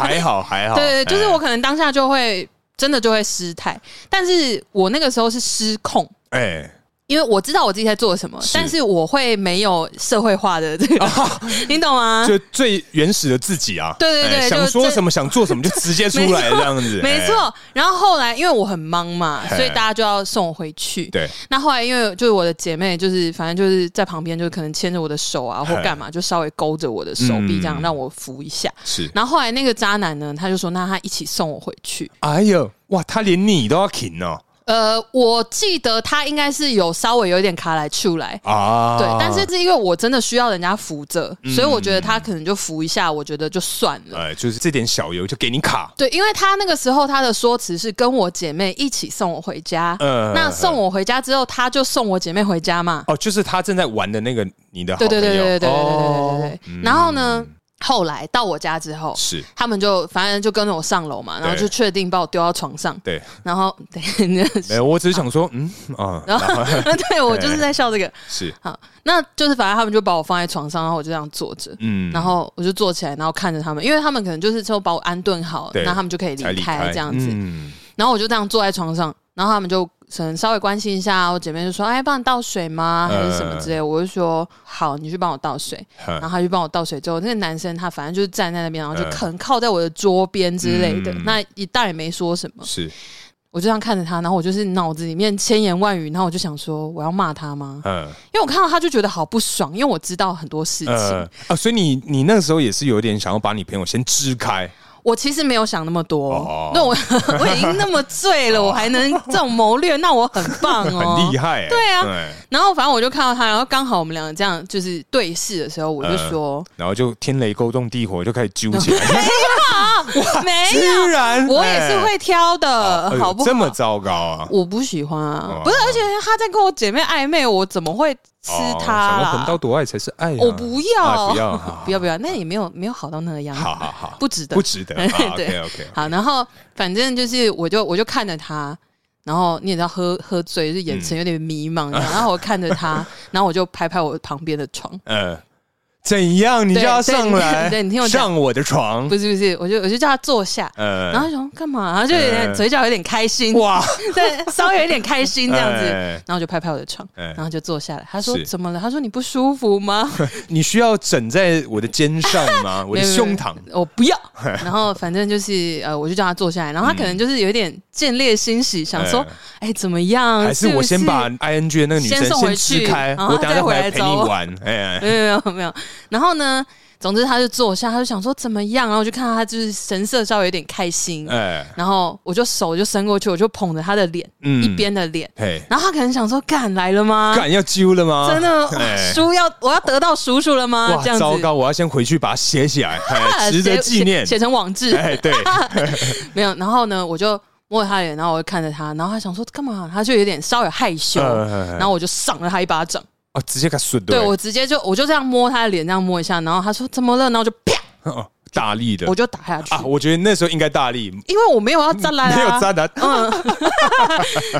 [SPEAKER 1] 还好还好，
[SPEAKER 2] 对对，
[SPEAKER 1] 哎
[SPEAKER 2] 就是我可能当下就会真的就会失态，但是我那个时候是失控，
[SPEAKER 1] 哎，
[SPEAKER 2] 因为我知道我自己在做什么，
[SPEAKER 1] 是
[SPEAKER 2] 但是我会没有社会化的这个， 你懂吗？
[SPEAKER 1] 就最原始的自己啊，
[SPEAKER 2] 对对对
[SPEAKER 1] 哎
[SPEAKER 2] 就
[SPEAKER 1] 想说
[SPEAKER 2] 这
[SPEAKER 1] 什么想做什么就直接出来这样子，
[SPEAKER 2] 没
[SPEAKER 1] 哎，
[SPEAKER 2] 错。然后后来因为我很忙嘛，
[SPEAKER 1] 嘿
[SPEAKER 2] 所以大家就要送我回去。
[SPEAKER 1] 对，
[SPEAKER 2] 那后来因为就是我的姐妹，就是反正就是在旁边，就可能牵着我的手啊，或
[SPEAKER 1] 嘿
[SPEAKER 2] 干嘛，就稍微勾着我的手臂，
[SPEAKER 1] 嗯
[SPEAKER 2] 这样让我扶一下。
[SPEAKER 1] 是，
[SPEAKER 2] 然后后来那个渣男呢，他就说，那他一起送我回去。
[SPEAKER 1] 哎呦，哇，他连你都要停哦，
[SPEAKER 2] 呃，我记得他应该是有稍微有一点卡来出来，
[SPEAKER 1] 啊，
[SPEAKER 2] 对，但是是因为我真的需要人家扶着，
[SPEAKER 1] 嗯
[SPEAKER 2] 所以我觉得他可能就扶一下，我觉得就算了。
[SPEAKER 1] 哎，就是这点小油就给你卡，
[SPEAKER 2] 对，因为他那个时候他的说辞是跟我姐妹一起送我回家，
[SPEAKER 1] 呃
[SPEAKER 2] 那送我回家之后，他就送我姐妹回家嘛。
[SPEAKER 1] 哦，就是他正在玩的那个你的好
[SPEAKER 2] 对
[SPEAKER 1] 哦朋
[SPEAKER 2] 对
[SPEAKER 1] 友，
[SPEAKER 2] 对对对对对对对
[SPEAKER 1] 哦
[SPEAKER 2] 对。然后呢，后来到我家之后，
[SPEAKER 1] 是，
[SPEAKER 2] 他们就反正就跟着我上楼嘛，然后
[SPEAKER 1] 对
[SPEAKER 2] 就确定把我丢到床上，
[SPEAKER 1] 对，
[SPEAKER 2] 然后 对，你的
[SPEAKER 1] 没有，我只是想 说，嗯啊，
[SPEAKER 2] 然后对我就是在笑这 个，
[SPEAKER 1] 是，
[SPEAKER 2] 那就是反正他们就把我放在床上，然后我就这样坐着。
[SPEAKER 1] 嗯，
[SPEAKER 2] 然后我就坐起来，然后看着他们，因为他们可能就是说把我安顿好，
[SPEAKER 1] 对
[SPEAKER 2] 那他们就可以
[SPEAKER 1] 才
[SPEAKER 2] 离
[SPEAKER 1] 离
[SPEAKER 2] 开
[SPEAKER 1] 开
[SPEAKER 2] 这样子。
[SPEAKER 1] 嗯
[SPEAKER 2] 然后我就这样坐在床上，然后他们就可能稍微关心一下，我姐妹就说：“哎，帮你倒水吗？还是什么
[SPEAKER 1] 嗯
[SPEAKER 2] 之类的我就说：“好，你去帮我倒水。”然
[SPEAKER 1] 哼
[SPEAKER 2] 后他就帮我倒水之后，那个男生他反正就是站在那边，然后就
[SPEAKER 1] 嗯嗯
[SPEAKER 2] 可能靠在我的桌边之类的，
[SPEAKER 1] 嗯
[SPEAKER 2] 那一大也没说什么，
[SPEAKER 1] 是，
[SPEAKER 2] 我就这样看着他，然后我就是脑子里面千言万语，然后我就想说我要骂他吗？
[SPEAKER 1] 嗯
[SPEAKER 2] 因为我看到他就觉得好不爽，因为我知道很多事情，
[SPEAKER 1] 呃啊，所以你你那时候也是有点想要把你朋友先支开，
[SPEAKER 2] 我其实没有想那么多
[SPEAKER 1] 哦，
[SPEAKER 2] 那、我 我已经那么醉了，我还能这种谋略，那我很棒 哦，
[SPEAKER 1] 很厉害欸，
[SPEAKER 2] 对啊
[SPEAKER 1] 对。
[SPEAKER 2] 然后反正我就看到他，然后刚好我们两个这样就是对视的时候，我就说、
[SPEAKER 1] 然后就天雷勾动地火，就开始揪起 来。
[SPEAKER 2] 没
[SPEAKER 1] 呃居然
[SPEAKER 2] 有，我也是
[SPEAKER 1] 哎
[SPEAKER 2] 会挑的，
[SPEAKER 1] 哎呦
[SPEAKER 2] 好不好？
[SPEAKER 1] 这么糟糕啊！
[SPEAKER 2] 我不喜欢啊
[SPEAKER 1] 哦，
[SPEAKER 2] 不是，而且他在跟我姐妹暧昧，我怎么会吃
[SPEAKER 1] 哦
[SPEAKER 2] 他
[SPEAKER 1] 想说
[SPEAKER 2] 啦？
[SPEAKER 1] 横刀夺爱才是爱啊、
[SPEAKER 2] 我不要，
[SPEAKER 1] 啊不要， 好
[SPEAKER 2] 不要不要，那也没有没有好到那个样子，
[SPEAKER 1] 好好好，
[SPEAKER 2] 不值得
[SPEAKER 1] 不。值 得。啊、
[SPEAKER 2] 对
[SPEAKER 1] OK OK，
[SPEAKER 2] 好，然后反正就是，我就我就看着他，然后你也知道喝喝醉，就是眼神有点迷
[SPEAKER 1] 嗯
[SPEAKER 2] 茫，然后我看着他，然后我就拍拍我旁边的床，
[SPEAKER 1] 呃，怎样？你就要上来，
[SPEAKER 2] 对对你听我讲
[SPEAKER 1] 上我的床
[SPEAKER 2] 不。是不是，我就我就叫他坐下，
[SPEAKER 1] 呃
[SPEAKER 2] 然后想说干嘛、然后就有点
[SPEAKER 1] 呃
[SPEAKER 2] 嘴角有点开心，
[SPEAKER 1] 哇，
[SPEAKER 2] 对，稍微有点开心这样子。
[SPEAKER 1] 哎
[SPEAKER 2] 然后就拍拍我的床，
[SPEAKER 1] 哎
[SPEAKER 2] 然后就坐下来。他说
[SPEAKER 1] 是：“
[SPEAKER 2] 怎么了？”他说：“你不舒服吗
[SPEAKER 1] 你需要枕在我的肩上吗？我的胸膛？”
[SPEAKER 2] 我不 要。然后反正就是呃，我就叫他坐下来。然后他可
[SPEAKER 1] 嗯
[SPEAKER 2] 能就是有点见猎欣喜，想说：“哎，怎么样？
[SPEAKER 1] 还是
[SPEAKER 2] 不
[SPEAKER 1] 我先把 ING 的那个女
[SPEAKER 2] 先送
[SPEAKER 1] 生
[SPEAKER 2] 回
[SPEAKER 1] 先
[SPEAKER 2] 去
[SPEAKER 1] 支开，
[SPEAKER 2] 然后
[SPEAKER 1] 我等下
[SPEAKER 2] 再
[SPEAKER 1] 再
[SPEAKER 2] 回
[SPEAKER 1] 回
[SPEAKER 2] 来
[SPEAKER 1] 来陪
[SPEAKER 2] 找
[SPEAKER 1] 你
[SPEAKER 2] 我
[SPEAKER 1] 玩。哎，哎
[SPEAKER 2] 没有没有没有。”然后呢，总之他就坐下，他就想说怎么样。然后我就看到他就是神色稍微有点开心，
[SPEAKER 1] 哎，
[SPEAKER 2] 然后我就手就伸过去，我就捧着他的脸，
[SPEAKER 1] 嗯
[SPEAKER 2] 一边的脸。
[SPEAKER 1] 嘿，
[SPEAKER 2] 然后他可能想说：“干来了吗？
[SPEAKER 1] 敢要揪了吗？
[SPEAKER 2] 啊真的哇
[SPEAKER 1] 哎
[SPEAKER 2] 叔要我要得到叔叔了吗？
[SPEAKER 1] 哇，
[SPEAKER 2] 啊这样子啊
[SPEAKER 1] 糟糕！我要先回去把它写起来， 哎值得
[SPEAKER 2] 写
[SPEAKER 1] 纪念
[SPEAKER 2] 写。写成网志。
[SPEAKER 1] 哎，对，
[SPEAKER 2] 没有，然后呢，我就摸了他的脸，然后我就看着他，然后他想说干嘛？他就有点稍有害羞，
[SPEAKER 1] 然
[SPEAKER 2] 然后我就赏了他一巴掌。
[SPEAKER 1] 哦，直接给它损
[SPEAKER 2] 对我直接就我就这样摸他的脸，这样摸一下，然后他说怎么了？然后我就啪，
[SPEAKER 1] 哦大力的
[SPEAKER 2] 我就打下去
[SPEAKER 1] 啊！，我觉得那时候应该大力，
[SPEAKER 2] 因为我没有要再来 啊，
[SPEAKER 1] 没有渣男，哦
[SPEAKER 2] 嗯，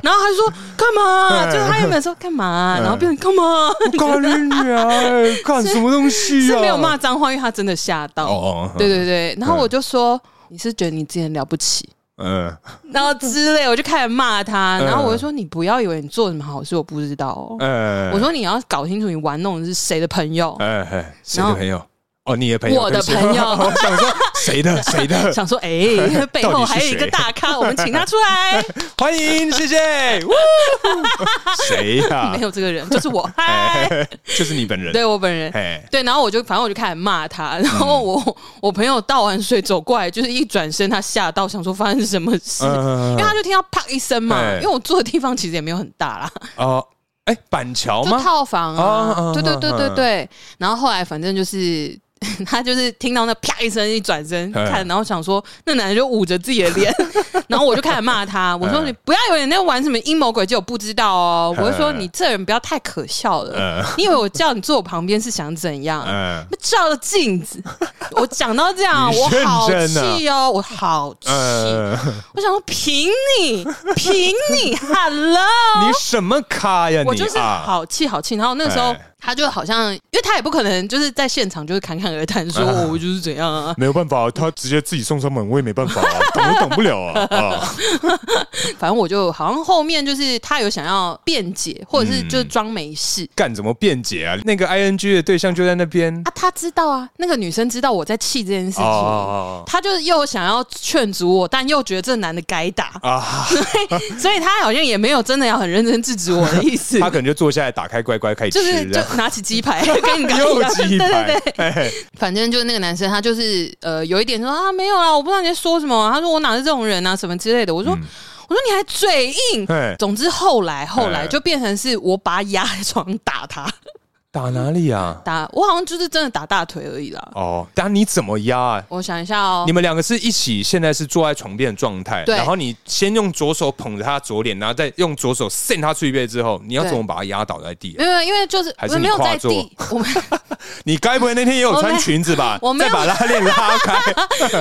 [SPEAKER 2] 然后他就说干
[SPEAKER 1] 哎
[SPEAKER 2] 嘛？就是他原本说干嘛，然后变成干嘛？
[SPEAKER 1] 看你娘，看什么东西啊？
[SPEAKER 2] 是没有骂脏话，因为他真的吓
[SPEAKER 1] 哦
[SPEAKER 2] 到。
[SPEAKER 1] 哦，
[SPEAKER 2] 对，对对，然后我就说你是觉得你自己很了不起，
[SPEAKER 1] 嗯
[SPEAKER 2] 然后之类，我就开始骂他，
[SPEAKER 1] 嗯
[SPEAKER 2] 然后我就说你不要以为你做什么好事我不知道哦，
[SPEAKER 1] 嗯，
[SPEAKER 2] 我说你要搞清楚你玩弄的是谁的朋友，
[SPEAKER 1] 哎哎，谁
[SPEAKER 2] 然
[SPEAKER 1] 的
[SPEAKER 2] 后
[SPEAKER 1] 朋友？哦，你的朋友，
[SPEAKER 2] 我的
[SPEAKER 1] 对不起
[SPEAKER 2] 朋友
[SPEAKER 1] 我想说谁 的谁的，
[SPEAKER 2] 想说哎、背后还有一个大咖，我们请他出来，
[SPEAKER 1] 欢迎，谢谢， 呜谁呀哎
[SPEAKER 2] 没？有这个人， 就是我，嗨，
[SPEAKER 1] 就是你本人，
[SPEAKER 2] 对我本人。
[SPEAKER 1] 哎，嗯
[SPEAKER 2] 对，然后我就反正我就开始骂他，然后我、我朋友倒完水走过来，就是一转身，他吓到想说发生什么事，因
[SPEAKER 1] 嗯
[SPEAKER 2] 为他就听到啪一声嘛，
[SPEAKER 1] 哎
[SPEAKER 2] 因为我住的地方其实也没有很大啦，
[SPEAKER 1] 哦，哎，板桥
[SPEAKER 2] 就
[SPEAKER 1] 吗？
[SPEAKER 2] 套房
[SPEAKER 1] 哦哦
[SPEAKER 2] 啊，
[SPEAKER 1] 哦
[SPEAKER 2] 对对对对
[SPEAKER 1] 哦
[SPEAKER 2] 对。然后后来反正就是。 他就是听到那啪一声，一转身
[SPEAKER 1] 哎
[SPEAKER 2] 看，然后想说那男人就捂着自己的 脸，然后我就开始骂他，我说
[SPEAKER 1] 哎
[SPEAKER 2] 你不要以为你在玩什么阴谋诡计，我不知道哦，我就说
[SPEAKER 1] 哎
[SPEAKER 2] 你这人不要太可笑了，
[SPEAKER 1] 嗯
[SPEAKER 2] 你以为我叫你坐我旁边是想怎样？
[SPEAKER 1] 嗯
[SPEAKER 2] 照着镜 子，我讲到这样，
[SPEAKER 1] 你
[SPEAKER 2] 我
[SPEAKER 1] 认
[SPEAKER 2] 好
[SPEAKER 1] 真啊
[SPEAKER 2] 气哦，我好气，
[SPEAKER 1] 嗯，
[SPEAKER 2] 我想说凭你，凭你，Hello，
[SPEAKER 1] 你什么咖呀？
[SPEAKER 2] 哦我
[SPEAKER 1] 你
[SPEAKER 2] 就是
[SPEAKER 1] 啊，
[SPEAKER 2] 好气好气。然后那个时候
[SPEAKER 1] 哎
[SPEAKER 2] 他就好像，因为他也不可能就是在现场就是侃侃而谈说
[SPEAKER 1] 啊
[SPEAKER 2] 哦我就是怎样啊，
[SPEAKER 1] 没有办法，他直接自己送上门，我也没办法， 挡都挡不了啊啊！
[SPEAKER 2] 反正我就好像后面就是他有想要辩解，或者是
[SPEAKER 1] 嗯
[SPEAKER 2] 就是装没事。
[SPEAKER 1] 干怎么辩解啊？那个 ing 的对象就在那边
[SPEAKER 2] 啊，他知道啊，那个女生知道我在气这件事情，
[SPEAKER 1] 哦
[SPEAKER 2] 他就是又想要劝阻我，但又觉得这男的该打，
[SPEAKER 1] 啊，
[SPEAKER 2] 所以他好像也没有真的要很认真制止我的意思
[SPEAKER 1] 他，可能就坐下来打开乖乖开始
[SPEAKER 2] 就是
[SPEAKER 1] 吃
[SPEAKER 2] 就
[SPEAKER 1] 的，
[SPEAKER 2] 拿起鸡排 跟你刚刚一
[SPEAKER 1] 又
[SPEAKER 2] 样，
[SPEAKER 1] 鸡
[SPEAKER 2] 对对
[SPEAKER 1] 排
[SPEAKER 2] 对，，
[SPEAKER 1] 哎
[SPEAKER 2] 反正就是那个男生他就是呃有一点说啊没有啊，我不知道你在说什么啊、他说我哪是这种人啊什么之类的，我说、我说你还嘴硬。
[SPEAKER 1] 哎，
[SPEAKER 2] 总之后来后来
[SPEAKER 1] 哎
[SPEAKER 2] 就变成是我把他压在床上打他，
[SPEAKER 1] 打哪里啊？
[SPEAKER 2] 打我好像就是真的打大腿而已啦。
[SPEAKER 1] 哦，但你怎么压啊？
[SPEAKER 2] 我想一下哦
[SPEAKER 1] 你，们两个是一起，现在是坐在床边的状态，
[SPEAKER 2] 对
[SPEAKER 1] 然后你先用左手捧着他左脸，然后再用左手扇他出一背之后，你要
[SPEAKER 2] 对
[SPEAKER 1] 怎么把他压倒在地啊
[SPEAKER 2] 没？有因为就是
[SPEAKER 1] 还是
[SPEAKER 2] 我
[SPEAKER 1] 你
[SPEAKER 2] 没有
[SPEAKER 1] 跨
[SPEAKER 2] 在
[SPEAKER 1] 坐
[SPEAKER 2] 地， 我没
[SPEAKER 1] 你该不会那天也有
[SPEAKER 2] 我没
[SPEAKER 1] 穿裙子吧？
[SPEAKER 2] 我没
[SPEAKER 1] 再
[SPEAKER 2] 有
[SPEAKER 1] 把拉链拉 开，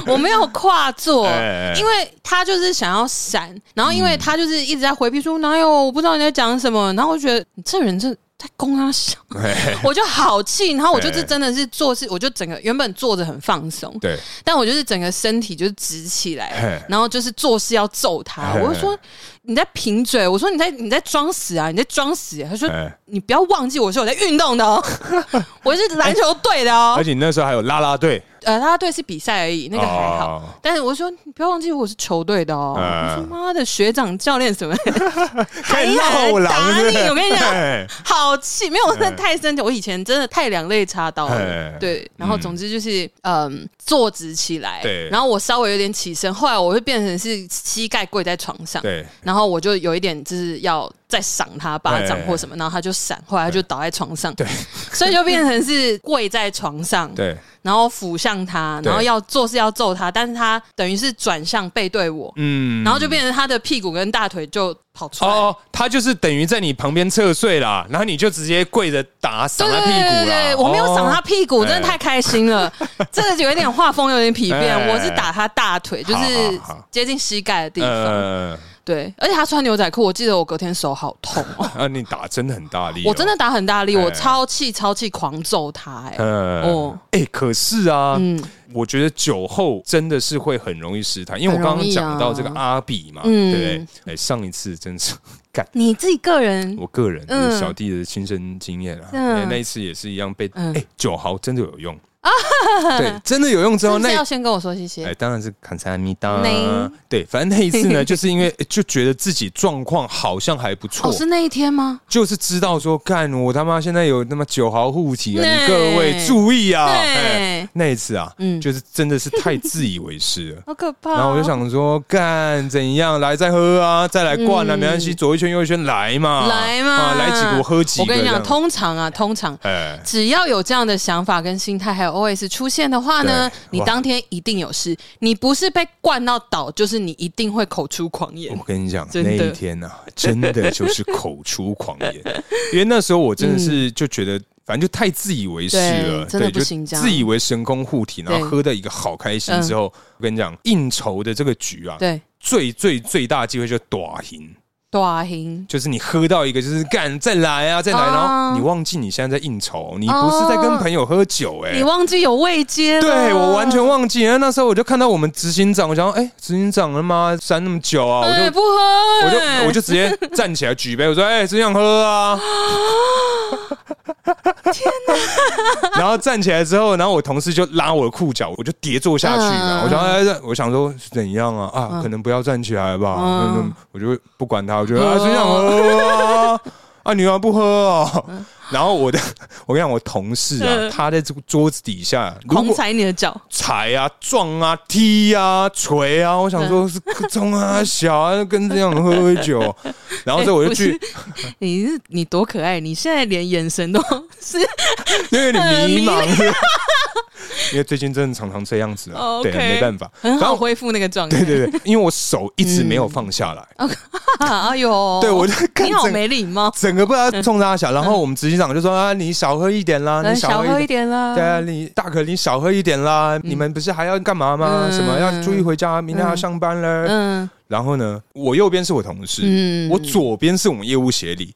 [SPEAKER 2] 我没有跨 坐，
[SPEAKER 1] 哎哎哎
[SPEAKER 2] 因为他就是想要闪，然后因为他就是一直在回避说哪有我不知道你在讲什么，然后我觉得你这人这在攻他笑， 我就好气，然后我就是
[SPEAKER 1] 哎
[SPEAKER 2] 真的是做事，我就整个原本坐着很放松，
[SPEAKER 1] 对，
[SPEAKER 2] 但我就是整个身体就是直起来
[SPEAKER 1] 哎，
[SPEAKER 2] 然后就是做事要揍他，
[SPEAKER 1] 哎
[SPEAKER 2] 我就说你在贫嘴，我说你在你在装死啊，你在装死，他说
[SPEAKER 1] 哎
[SPEAKER 2] 你不要忘记我是有在运 动的哦，我是篮球队的哦
[SPEAKER 1] 而，且你那时候还有啦啦队，
[SPEAKER 2] 呃，啦啦队是比赛而已，那个还好。
[SPEAKER 1] 哦
[SPEAKER 2] 但是我说，你不要忘记我是球队的哦。
[SPEAKER 1] 嗯
[SPEAKER 2] 我说妈的，学长、教练什么，
[SPEAKER 1] 可以闹狼
[SPEAKER 2] 还
[SPEAKER 1] 是不是
[SPEAKER 2] 来打你我跟你讲
[SPEAKER 1] 哎
[SPEAKER 2] 好气！没有，我真的
[SPEAKER 1] 嗯
[SPEAKER 2] 太生气。我以前真的太两肋插刀了
[SPEAKER 1] 哎。
[SPEAKER 2] 对，然后总之就是，嗯，坐直起来。
[SPEAKER 1] 对
[SPEAKER 2] 然后我稍微有点起身，后来我会变成是膝盖跪在床上。
[SPEAKER 1] 对，
[SPEAKER 2] 然后我就有一点就是要再赏他巴掌
[SPEAKER 1] 哎
[SPEAKER 2] 或什么，然后他就闪，后来他就倒在床上，对， 所以就变成是跪在床上，
[SPEAKER 1] 对，
[SPEAKER 2] 然后俯向他，
[SPEAKER 1] 对
[SPEAKER 2] 然后要做是要揍他，但是他等于是转向背对我，
[SPEAKER 1] 嗯，
[SPEAKER 2] 然后就变成他的屁股跟大腿就跑出来。
[SPEAKER 1] 哦，他就是等于在你旁边侧睡啦，然后你就直接跪着打赏
[SPEAKER 2] 对
[SPEAKER 1] 他
[SPEAKER 2] 对
[SPEAKER 1] 屁
[SPEAKER 2] 对对
[SPEAKER 1] 股
[SPEAKER 2] 对，
[SPEAKER 1] 啦。
[SPEAKER 2] 我没有赏他
[SPEAKER 1] 哦，
[SPEAKER 2] 屁股，
[SPEAKER 1] 哎
[SPEAKER 2] 真的太开心了。这个有一点画风有点疲变，
[SPEAKER 1] 哎
[SPEAKER 2] 我是打他大腿，就是
[SPEAKER 1] 好好好
[SPEAKER 2] 接近膝盖的地方。
[SPEAKER 1] 呃，
[SPEAKER 2] 对，而且他穿牛仔裤，我记得我隔天手好痛哦，
[SPEAKER 1] 啊，你打真的很大力哦，
[SPEAKER 2] 我真的打很大力，
[SPEAKER 1] 哎
[SPEAKER 2] 我超气超气狂揍他，哎，
[SPEAKER 1] 呃，
[SPEAKER 2] 哦
[SPEAKER 1] 哦，哎，可是啊，
[SPEAKER 2] 嗯
[SPEAKER 1] 我觉得酒后真的是会很容易失态，因为我
[SPEAKER 2] 很
[SPEAKER 1] 刚
[SPEAKER 2] 容
[SPEAKER 1] 刚
[SPEAKER 2] 易
[SPEAKER 1] 讲到这个
[SPEAKER 2] 啊
[SPEAKER 1] 阿比嘛，
[SPEAKER 2] 嗯
[SPEAKER 1] 对不对？哎，上一次真是 干。
[SPEAKER 2] 你自己个人
[SPEAKER 1] 我个人、
[SPEAKER 2] 嗯
[SPEAKER 1] 就是小弟的亲身经验啊，
[SPEAKER 2] 嗯
[SPEAKER 1] 那那一次也是一样被
[SPEAKER 2] 嗯
[SPEAKER 1] 哎酒豪真的有用，对，真的有用之
[SPEAKER 2] 是
[SPEAKER 1] 后
[SPEAKER 2] 不是
[SPEAKER 1] 那
[SPEAKER 2] 要先跟我说谢
[SPEAKER 1] 哎
[SPEAKER 2] 谢？
[SPEAKER 1] 当然是坎萨米达
[SPEAKER 2] 那，
[SPEAKER 1] 对，反正那一次呢， 就是因为哎就觉得自己状况好像还不错
[SPEAKER 2] 哦，，是那一天吗？
[SPEAKER 1] 就是知道说干我他妈现在有那么酒豪护体啊，
[SPEAKER 2] 那
[SPEAKER 1] 你各位注意啊，哎
[SPEAKER 2] 对，
[SPEAKER 1] 那一次啊，
[SPEAKER 2] 嗯
[SPEAKER 1] 就是真的是太自以为是了。
[SPEAKER 2] 好可怕哦。
[SPEAKER 1] 然后我就想说，干怎样来再喝啊，再来灌啊，
[SPEAKER 2] 嗯
[SPEAKER 1] 没关系，左一圈右一圈来嘛，
[SPEAKER 2] 来嘛、
[SPEAKER 1] 啊来几个我喝几个。
[SPEAKER 2] 我跟你
[SPEAKER 1] 这
[SPEAKER 2] 讲，
[SPEAKER 1] 样
[SPEAKER 2] 通常啊，通常
[SPEAKER 1] 哎，
[SPEAKER 2] 只要有这样的想法跟心态，还有 OS 出现的话呢
[SPEAKER 1] 对，
[SPEAKER 2] 你
[SPEAKER 1] 哇
[SPEAKER 2] 当天一定有事。你不是被灌到倒，就是你一定会口出狂言
[SPEAKER 1] 我。跟你讲，
[SPEAKER 2] 真
[SPEAKER 1] 那
[SPEAKER 2] 的
[SPEAKER 1] 一天啊，真的就是口出狂言，因为那时候我真的是就觉得反正就太自以为是了，
[SPEAKER 2] 嗯对真的
[SPEAKER 1] 对，
[SPEAKER 2] 不
[SPEAKER 1] 就
[SPEAKER 2] 行这样
[SPEAKER 1] 自以为神功护体，然后
[SPEAKER 2] 对
[SPEAKER 1] 喝的一个好开心
[SPEAKER 2] 嗯
[SPEAKER 1] 之后，我跟你讲，应酬的这个局啊，
[SPEAKER 2] 对，
[SPEAKER 1] 最最最大机会就是短赢，
[SPEAKER 2] 短行
[SPEAKER 1] 就是你喝到一个就是干再来啊再来，
[SPEAKER 2] 啊
[SPEAKER 1] 然后你忘记你现在在应酬，你不是在跟朋友喝酒哎、
[SPEAKER 2] 你忘记有未接了，
[SPEAKER 1] 对我完全忘记，然后那时候我就看到我们执行长，我想说，哎、执行长他妈删那么久啊，我
[SPEAKER 2] 哎，
[SPEAKER 1] 就
[SPEAKER 2] 不喝，
[SPEAKER 1] 我
[SPEAKER 2] 哎
[SPEAKER 1] 就我就直接站起来举杯，我说：“哎、真想喝啊！”天哪！然后站起来之后，然后我同事就拉我的裤脚，我就跌坐下去嘛。
[SPEAKER 2] 嗯
[SPEAKER 1] 我想，哎、我想说是怎样啊？啊，
[SPEAKER 2] 嗯
[SPEAKER 1] 可能不要站起来吧。
[SPEAKER 2] 嗯
[SPEAKER 1] 嗯，我就不管他，我觉得啊，真想喝啊！啊，你要不喝哦？然后我的，我跟你讲，我同事啊
[SPEAKER 2] 嗯，
[SPEAKER 1] 他在这个桌子底下，如
[SPEAKER 2] 狂
[SPEAKER 1] 果
[SPEAKER 2] 踩你的脚，
[SPEAKER 1] 踩啊、撞啊、踢啊、捶啊，我想
[SPEAKER 2] 嗯
[SPEAKER 1] 说是冲啊、小啊，跟这样喝喝酒， 然后所以我就去，
[SPEAKER 2] 哎你是你多可爱，你现在连眼神都 是哎
[SPEAKER 1] 因为你迷
[SPEAKER 2] 迷
[SPEAKER 1] 茫， 因为最近真的常常这样子啊，
[SPEAKER 2] 哦
[SPEAKER 1] 对，
[SPEAKER 2] OK
[SPEAKER 1] 没办法，
[SPEAKER 2] 很
[SPEAKER 1] 然
[SPEAKER 2] 好
[SPEAKER 1] 后。
[SPEAKER 2] 恢复那个状态。
[SPEAKER 1] 对对对，因为我手一直没有放下来，
[SPEAKER 2] 啊， 哎呦，
[SPEAKER 1] 对我就看
[SPEAKER 2] 你好
[SPEAKER 1] 整个
[SPEAKER 2] 没礼貌，
[SPEAKER 1] 整个不知道冲他小，然后我们执行长就说啊，你少喝一点啦，
[SPEAKER 2] 来
[SPEAKER 1] 啊你
[SPEAKER 2] 小
[SPEAKER 1] 少
[SPEAKER 2] 嗯喝
[SPEAKER 1] 喝
[SPEAKER 2] 一
[SPEAKER 1] 一点，
[SPEAKER 2] 点啦
[SPEAKER 1] 对。啊，你大可你少喝一点啦，你们不是还要干嘛吗？
[SPEAKER 2] 嗯
[SPEAKER 1] 什么要注意回家，明天还要上班了。
[SPEAKER 2] 嗯
[SPEAKER 1] 然后呢，我右边是我同事，啊
[SPEAKER 2] 嗯
[SPEAKER 1] 我左边是我们业务协 理，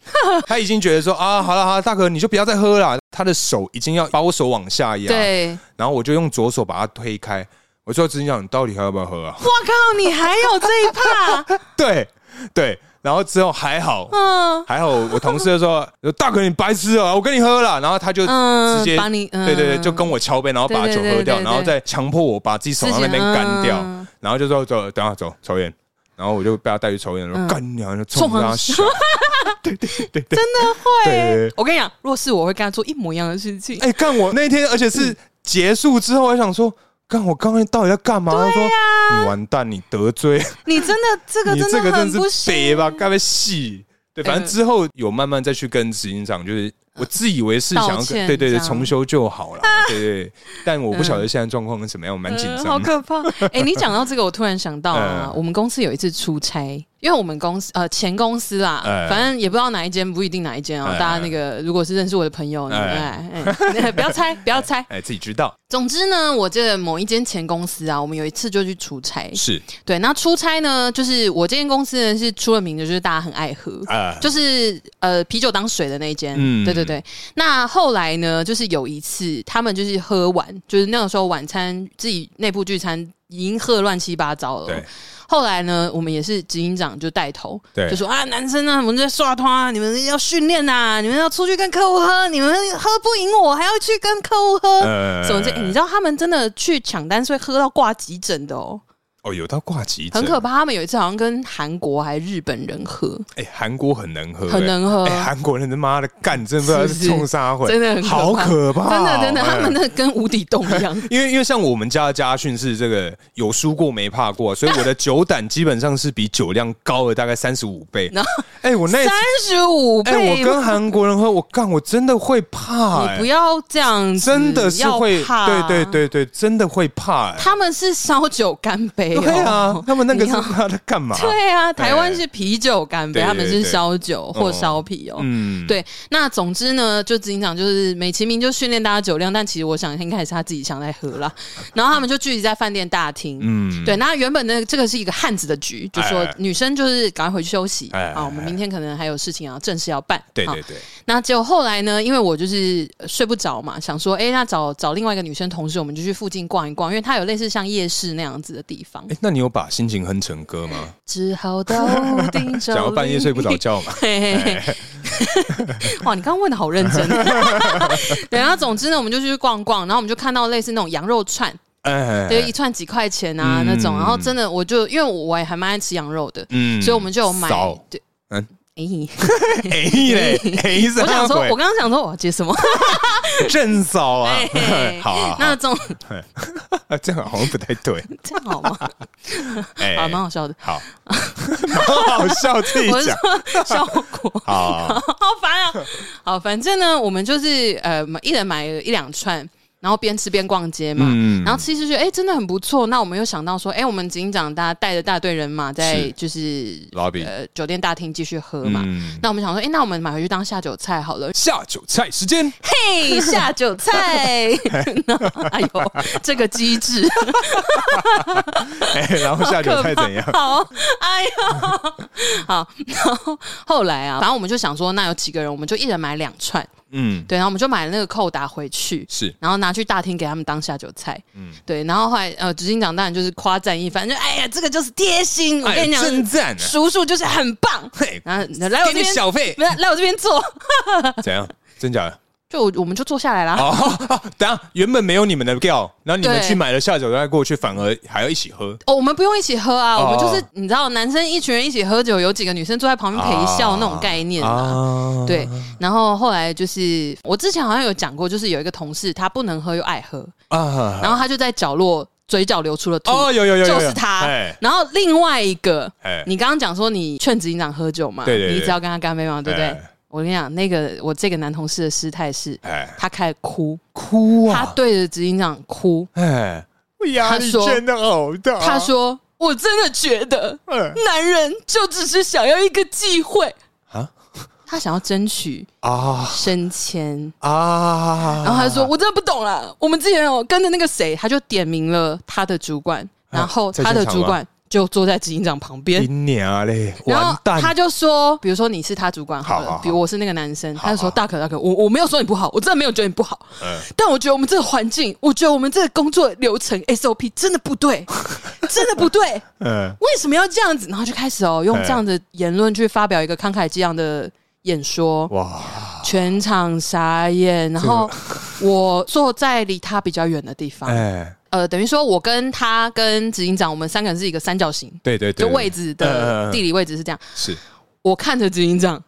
[SPEAKER 1] 他已经觉得说啊，好了好了，大哥你就不要再喝了，他的手已经要把我手往下压，
[SPEAKER 2] 对，
[SPEAKER 1] 然后我就用左手把他推开，我说执行长，你到底还要不要喝啊？
[SPEAKER 2] 我靠，你还有这一趴，
[SPEAKER 1] 对对，然后之后还好。
[SPEAKER 2] 嗯
[SPEAKER 1] 还好，我同事就说：“大哥，你白痴啊！我跟你喝了。”然后他就直
[SPEAKER 2] 嗯
[SPEAKER 1] 接，
[SPEAKER 2] 把你嗯
[SPEAKER 1] 对对对，就跟我敲杯，然后把
[SPEAKER 2] 对对
[SPEAKER 1] 酒
[SPEAKER 2] 对
[SPEAKER 1] 喝掉，
[SPEAKER 2] 对对
[SPEAKER 1] 然后再强迫我把自己手上那边干掉
[SPEAKER 2] 自己嗯，
[SPEAKER 1] 然后就说：“走，等下走，抽烟。”然后我就被他带去抽烟，说：“
[SPEAKER 2] 嗯
[SPEAKER 1] 干你娘！”就冲
[SPEAKER 2] 冲
[SPEAKER 1] 他
[SPEAKER 2] 他
[SPEAKER 1] 笑，对对对对，对
[SPEAKER 2] 会
[SPEAKER 1] 对对
[SPEAKER 2] 我跟你讲，若是我会跟他做一模一样的事情。
[SPEAKER 1] 哎、干我那天，而且
[SPEAKER 2] 嗯
[SPEAKER 1] 是结束之后，我还想说，干我刚才到底在干
[SPEAKER 2] 啊
[SPEAKER 1] 嘛？他说你完蛋，你得罪，
[SPEAKER 2] 你真的这个
[SPEAKER 1] 你这
[SPEAKER 2] 真
[SPEAKER 1] 个
[SPEAKER 2] 的
[SPEAKER 1] 真
[SPEAKER 2] 很不
[SPEAKER 1] 是
[SPEAKER 2] 行嗯
[SPEAKER 1] 北吧，该不会戏？对，反正之后有慢慢再去跟执行长，就是我自以为是想要
[SPEAKER 2] 啊道
[SPEAKER 1] 跟，
[SPEAKER 2] 歉
[SPEAKER 1] 对对
[SPEAKER 2] 这
[SPEAKER 1] 对，
[SPEAKER 2] 样
[SPEAKER 1] 重修就好 啦。对对对，但我不晓得现在状况是怎么样，我蛮紧
[SPEAKER 2] 呃好
[SPEAKER 1] 张的。
[SPEAKER 2] 可怕！哎、你讲到这个，我突然想到啊，
[SPEAKER 1] 嗯
[SPEAKER 2] 我们公司有一次出差，因为我们公司呃前公司啦，
[SPEAKER 1] 哎
[SPEAKER 2] 反正也不知道哪一间，不一定哪一间哦、
[SPEAKER 1] 哎
[SPEAKER 2] 大家那个如果是认识我的朋友，你们
[SPEAKER 1] 嗯
[SPEAKER 2] 哎、哎 不要猜，不要猜。
[SPEAKER 1] 哎、自己知道
[SPEAKER 2] 总之呢，我这个某一间前公司啊，我们有一次就去出差，
[SPEAKER 1] 是
[SPEAKER 2] 对，那出差呢，就是我这间公司呢是出了名的，就是大家很爱喝。
[SPEAKER 1] 啊，
[SPEAKER 2] 就是呃啤酒当水的那一间，
[SPEAKER 1] 嗯
[SPEAKER 2] 对对对。那后来呢，就是有一次他们就是喝完，就是那个时候晚餐自己内部聚餐已经喝得乱七八糟了。
[SPEAKER 1] 对
[SPEAKER 2] 后来呢，我们也是执行长就带头，
[SPEAKER 1] 对
[SPEAKER 2] 就说啊，男生啊，我们在刷团啊，你们要训练啊呐，你们要出去跟客户喝，你们喝不赢我还要去跟客户喝，
[SPEAKER 1] 呃
[SPEAKER 2] 什么这、欸你知道他们真的去抢单是会喝到挂急诊的哦，
[SPEAKER 1] 哦，有到挂急诊，
[SPEAKER 2] 很可怕。他们有一次好像跟韩国还日本人喝，
[SPEAKER 1] 哎，韩、国很能喝、
[SPEAKER 2] 很能喝
[SPEAKER 1] 哎哎韩、国人他妈的干，真不知道
[SPEAKER 2] 是不
[SPEAKER 1] 是
[SPEAKER 2] 是
[SPEAKER 1] 冲啥会，
[SPEAKER 2] 真的很
[SPEAKER 1] 好可怕哦、
[SPEAKER 2] 真的真的，
[SPEAKER 1] 哎
[SPEAKER 2] 他们那跟无底洞 一样。
[SPEAKER 1] 因为因为像我们家的家训是这个有输过没怕过，啊所以我的酒胆基本上是比酒量高了大概三十五倍。
[SPEAKER 2] 然后
[SPEAKER 1] 哎、我那一
[SPEAKER 2] 三
[SPEAKER 1] 次
[SPEAKER 2] 十五
[SPEAKER 1] 哎、
[SPEAKER 2] 倍，
[SPEAKER 1] 我跟韩国人喝，我干，我真的会怕、
[SPEAKER 2] 你不
[SPEAKER 1] 哎
[SPEAKER 2] 要这样子，
[SPEAKER 1] 真的是会，
[SPEAKER 2] 要怕啊
[SPEAKER 1] 对对，对对，真的会怕、哎，
[SPEAKER 2] 他们是烧酒干杯、哦，
[SPEAKER 1] 对啊，他们那个
[SPEAKER 2] 你
[SPEAKER 1] 是
[SPEAKER 2] 要
[SPEAKER 1] 他在干嘛？
[SPEAKER 2] 对啊，台湾是啤酒干杯，
[SPEAKER 1] 对对
[SPEAKER 2] 他们是烧酒
[SPEAKER 1] 对
[SPEAKER 2] 或烧啤哦。
[SPEAKER 1] 嗯，
[SPEAKER 2] 对，那总之呢，就执行长就是美其名就训练大家酒量，但其实我想应该也是他自己想来喝啦。然后他们就聚集在饭店大厅，
[SPEAKER 1] 嗯，
[SPEAKER 2] 对，那原本呢，这个是一个汉子的局，就说
[SPEAKER 1] 哎
[SPEAKER 2] 女生就是赶快回去休息
[SPEAKER 1] 哎
[SPEAKER 2] 啊，我们明天可能还有事情要正式要办，
[SPEAKER 1] 对
[SPEAKER 2] 啊
[SPEAKER 1] 对对，
[SPEAKER 2] 那结果后来呢，因为我就是呃睡不着嘛，想说，哎、那找找另外一个女生同事，我们就去附近逛一逛，因为它有类似像夜市那样子的地方
[SPEAKER 1] 哎、。那你有把心情哼成歌吗？
[SPEAKER 2] 只好到 定找
[SPEAKER 1] 想要半夜睡不着 觉嘛？
[SPEAKER 2] 嘿嘿嘿， 哇，你刚刚问的好 认真。对，然后总之呢，我们就去逛逛，然后我们就看到类似那种羊肉串，
[SPEAKER 1] 哎，
[SPEAKER 2] 对，一串几块钱啊、
[SPEAKER 1] 嗯
[SPEAKER 2] 那种。然后真的，我就因为我也还蛮爱吃羊肉的，
[SPEAKER 1] 嗯
[SPEAKER 2] 所以我们就有买
[SPEAKER 1] 扫。
[SPEAKER 2] 对，
[SPEAKER 1] 嗯
[SPEAKER 2] 嗯，
[SPEAKER 1] 哎 嘞，哎，
[SPEAKER 2] 我想说，
[SPEAKER 1] 鬼
[SPEAKER 2] 我刚刚想说我要接什么？
[SPEAKER 1] 正嫂啊
[SPEAKER 2] 嘿 嘿，
[SPEAKER 1] 好啊，
[SPEAKER 2] 哎那总
[SPEAKER 1] 那啊这样好像不太 对，
[SPEAKER 2] 这样好吗？
[SPEAKER 1] 哎
[SPEAKER 2] 啊，蛮好笑的。
[SPEAKER 1] 好，好好笑自己
[SPEAKER 2] 我是
[SPEAKER 1] 讲，
[SPEAKER 2] 说效果，
[SPEAKER 1] 好，
[SPEAKER 2] 好烦啊！好，反正呢，我们就是呃，买一人买了一两串，然后边吃边逛街嘛。
[SPEAKER 1] 嗯，
[SPEAKER 2] 然后吃一吃觉得哎、真的很不错。那我们又想到说，哎、我们警长大家带着大队人马在
[SPEAKER 1] 是
[SPEAKER 2] 就是
[SPEAKER 1] 老比
[SPEAKER 2] 呃酒店大厅继续喝嘛。
[SPEAKER 1] 嗯，
[SPEAKER 2] 那我们想说，哎、那我们买回去当下酒菜 好了。
[SPEAKER 1] 下酒菜时 间，
[SPEAKER 2] 嘿，下 酒菜， 哎呦，这个机制
[SPEAKER 1] 哎，然后下酒菜怎样？
[SPEAKER 2] 好， 哎呦，好。然后后来啊，反正我们就想说，那有几个人，我们就一人买两串，
[SPEAKER 1] 嗯，
[SPEAKER 2] 对，然后我们就买了那个扣打回去。
[SPEAKER 1] 是，
[SPEAKER 2] 然后拿去大厅给他们当下酒菜，
[SPEAKER 1] 嗯，
[SPEAKER 2] 对。然后后来呃，执行长当然就是夸赞一番，就哎呀，这个就是贴心。我跟你讲，嗯
[SPEAKER 1] 真赞啊，
[SPEAKER 2] 叔叔就是很棒。
[SPEAKER 1] 嘿，
[SPEAKER 2] 然后来我
[SPEAKER 1] 给
[SPEAKER 2] 这
[SPEAKER 1] 你
[SPEAKER 2] 边，
[SPEAKER 1] 小 费，
[SPEAKER 2] 来来我这边坐，
[SPEAKER 1] 怎样？真假的？
[SPEAKER 2] 就我我们就坐下来啦。
[SPEAKER 1] 哦，哦等下，原本没有你们的料，然后你们
[SPEAKER 2] 对
[SPEAKER 1] 去买了下酒菜过去，反而还要一起喝，
[SPEAKER 2] 哦，我们不用一起喝啊，
[SPEAKER 1] 哦
[SPEAKER 2] 我们就是你知道，男生一群人一起喝酒，有几个女生坐在旁边陪笑
[SPEAKER 1] 啊
[SPEAKER 2] 那种概念啊。
[SPEAKER 1] 啊，
[SPEAKER 2] 对，然后后来就是我之前好像有讲过，就是有一个同事他不能喝又爱喝，
[SPEAKER 1] 啊，
[SPEAKER 2] 然后他就在角落嘴角流出了吐，
[SPEAKER 1] 哦，有有有，有
[SPEAKER 2] 就是他
[SPEAKER 1] 哎。
[SPEAKER 2] 然后另外一个，
[SPEAKER 1] 哎，
[SPEAKER 2] 你刚刚讲说你劝执行长喝酒嘛，
[SPEAKER 1] 对对对
[SPEAKER 2] 你只要跟他干杯嘛，对不对
[SPEAKER 1] 哎？
[SPEAKER 2] 我跟你讲，那个我这个男同事的失态是，
[SPEAKER 1] 哎，
[SPEAKER 2] 他开始哭，
[SPEAKER 1] 哭
[SPEAKER 2] 他
[SPEAKER 1] 啊！
[SPEAKER 2] 对着执行长哭，
[SPEAKER 1] 哎，我压力
[SPEAKER 2] 他说
[SPEAKER 1] 真的好大。
[SPEAKER 2] 他，说：“我真的觉得
[SPEAKER 1] 哎
[SPEAKER 2] 男人就只是想要一个机会
[SPEAKER 1] 啊，
[SPEAKER 2] 他想要争取
[SPEAKER 1] 啊
[SPEAKER 2] 升迁。
[SPEAKER 1] 啊！
[SPEAKER 2] 然后他就说：“我真的不懂了。我们之前有跟着那个谁，他就点名了他的主管，
[SPEAKER 1] 啊
[SPEAKER 2] 然后
[SPEAKER 1] 在
[SPEAKER 2] 他的
[SPEAKER 1] 现场
[SPEAKER 2] 主
[SPEAKER 1] 吗
[SPEAKER 2] 管就坐在执行长旁边。”
[SPEAKER 1] 今年啊嘞，
[SPEAKER 2] 然
[SPEAKER 1] 完
[SPEAKER 2] 后
[SPEAKER 1] 蛋！
[SPEAKER 2] 他就说，比如说你是他主管好了，
[SPEAKER 1] 好好好
[SPEAKER 2] 比如我是那个男生，
[SPEAKER 1] 好
[SPEAKER 2] 他就说
[SPEAKER 1] 好
[SPEAKER 2] 大可大可，我我没有说你不好，我真的没有觉得你不好，
[SPEAKER 1] 嗯
[SPEAKER 2] 但我觉得我们这个环境，我觉得我们这个工作流程 SOP 真的 不对，真的不对，
[SPEAKER 1] 嗯，
[SPEAKER 2] 为什么要这样子？然后就开始哦，用这样的言论去发表一个慷慨激昂的演说，
[SPEAKER 1] 哇，
[SPEAKER 2] 全场傻眼。然后我坐在离他比较远的地方，
[SPEAKER 1] 哎，
[SPEAKER 2] 呃，等于说我跟他跟执行长，我们三个人是一个三角形，
[SPEAKER 1] 对对对，
[SPEAKER 2] 就
[SPEAKER 1] 对
[SPEAKER 2] 位置的
[SPEAKER 1] 嗯嗯嗯
[SPEAKER 2] 地理位置是这样。
[SPEAKER 1] 是
[SPEAKER 2] 我看着执行长。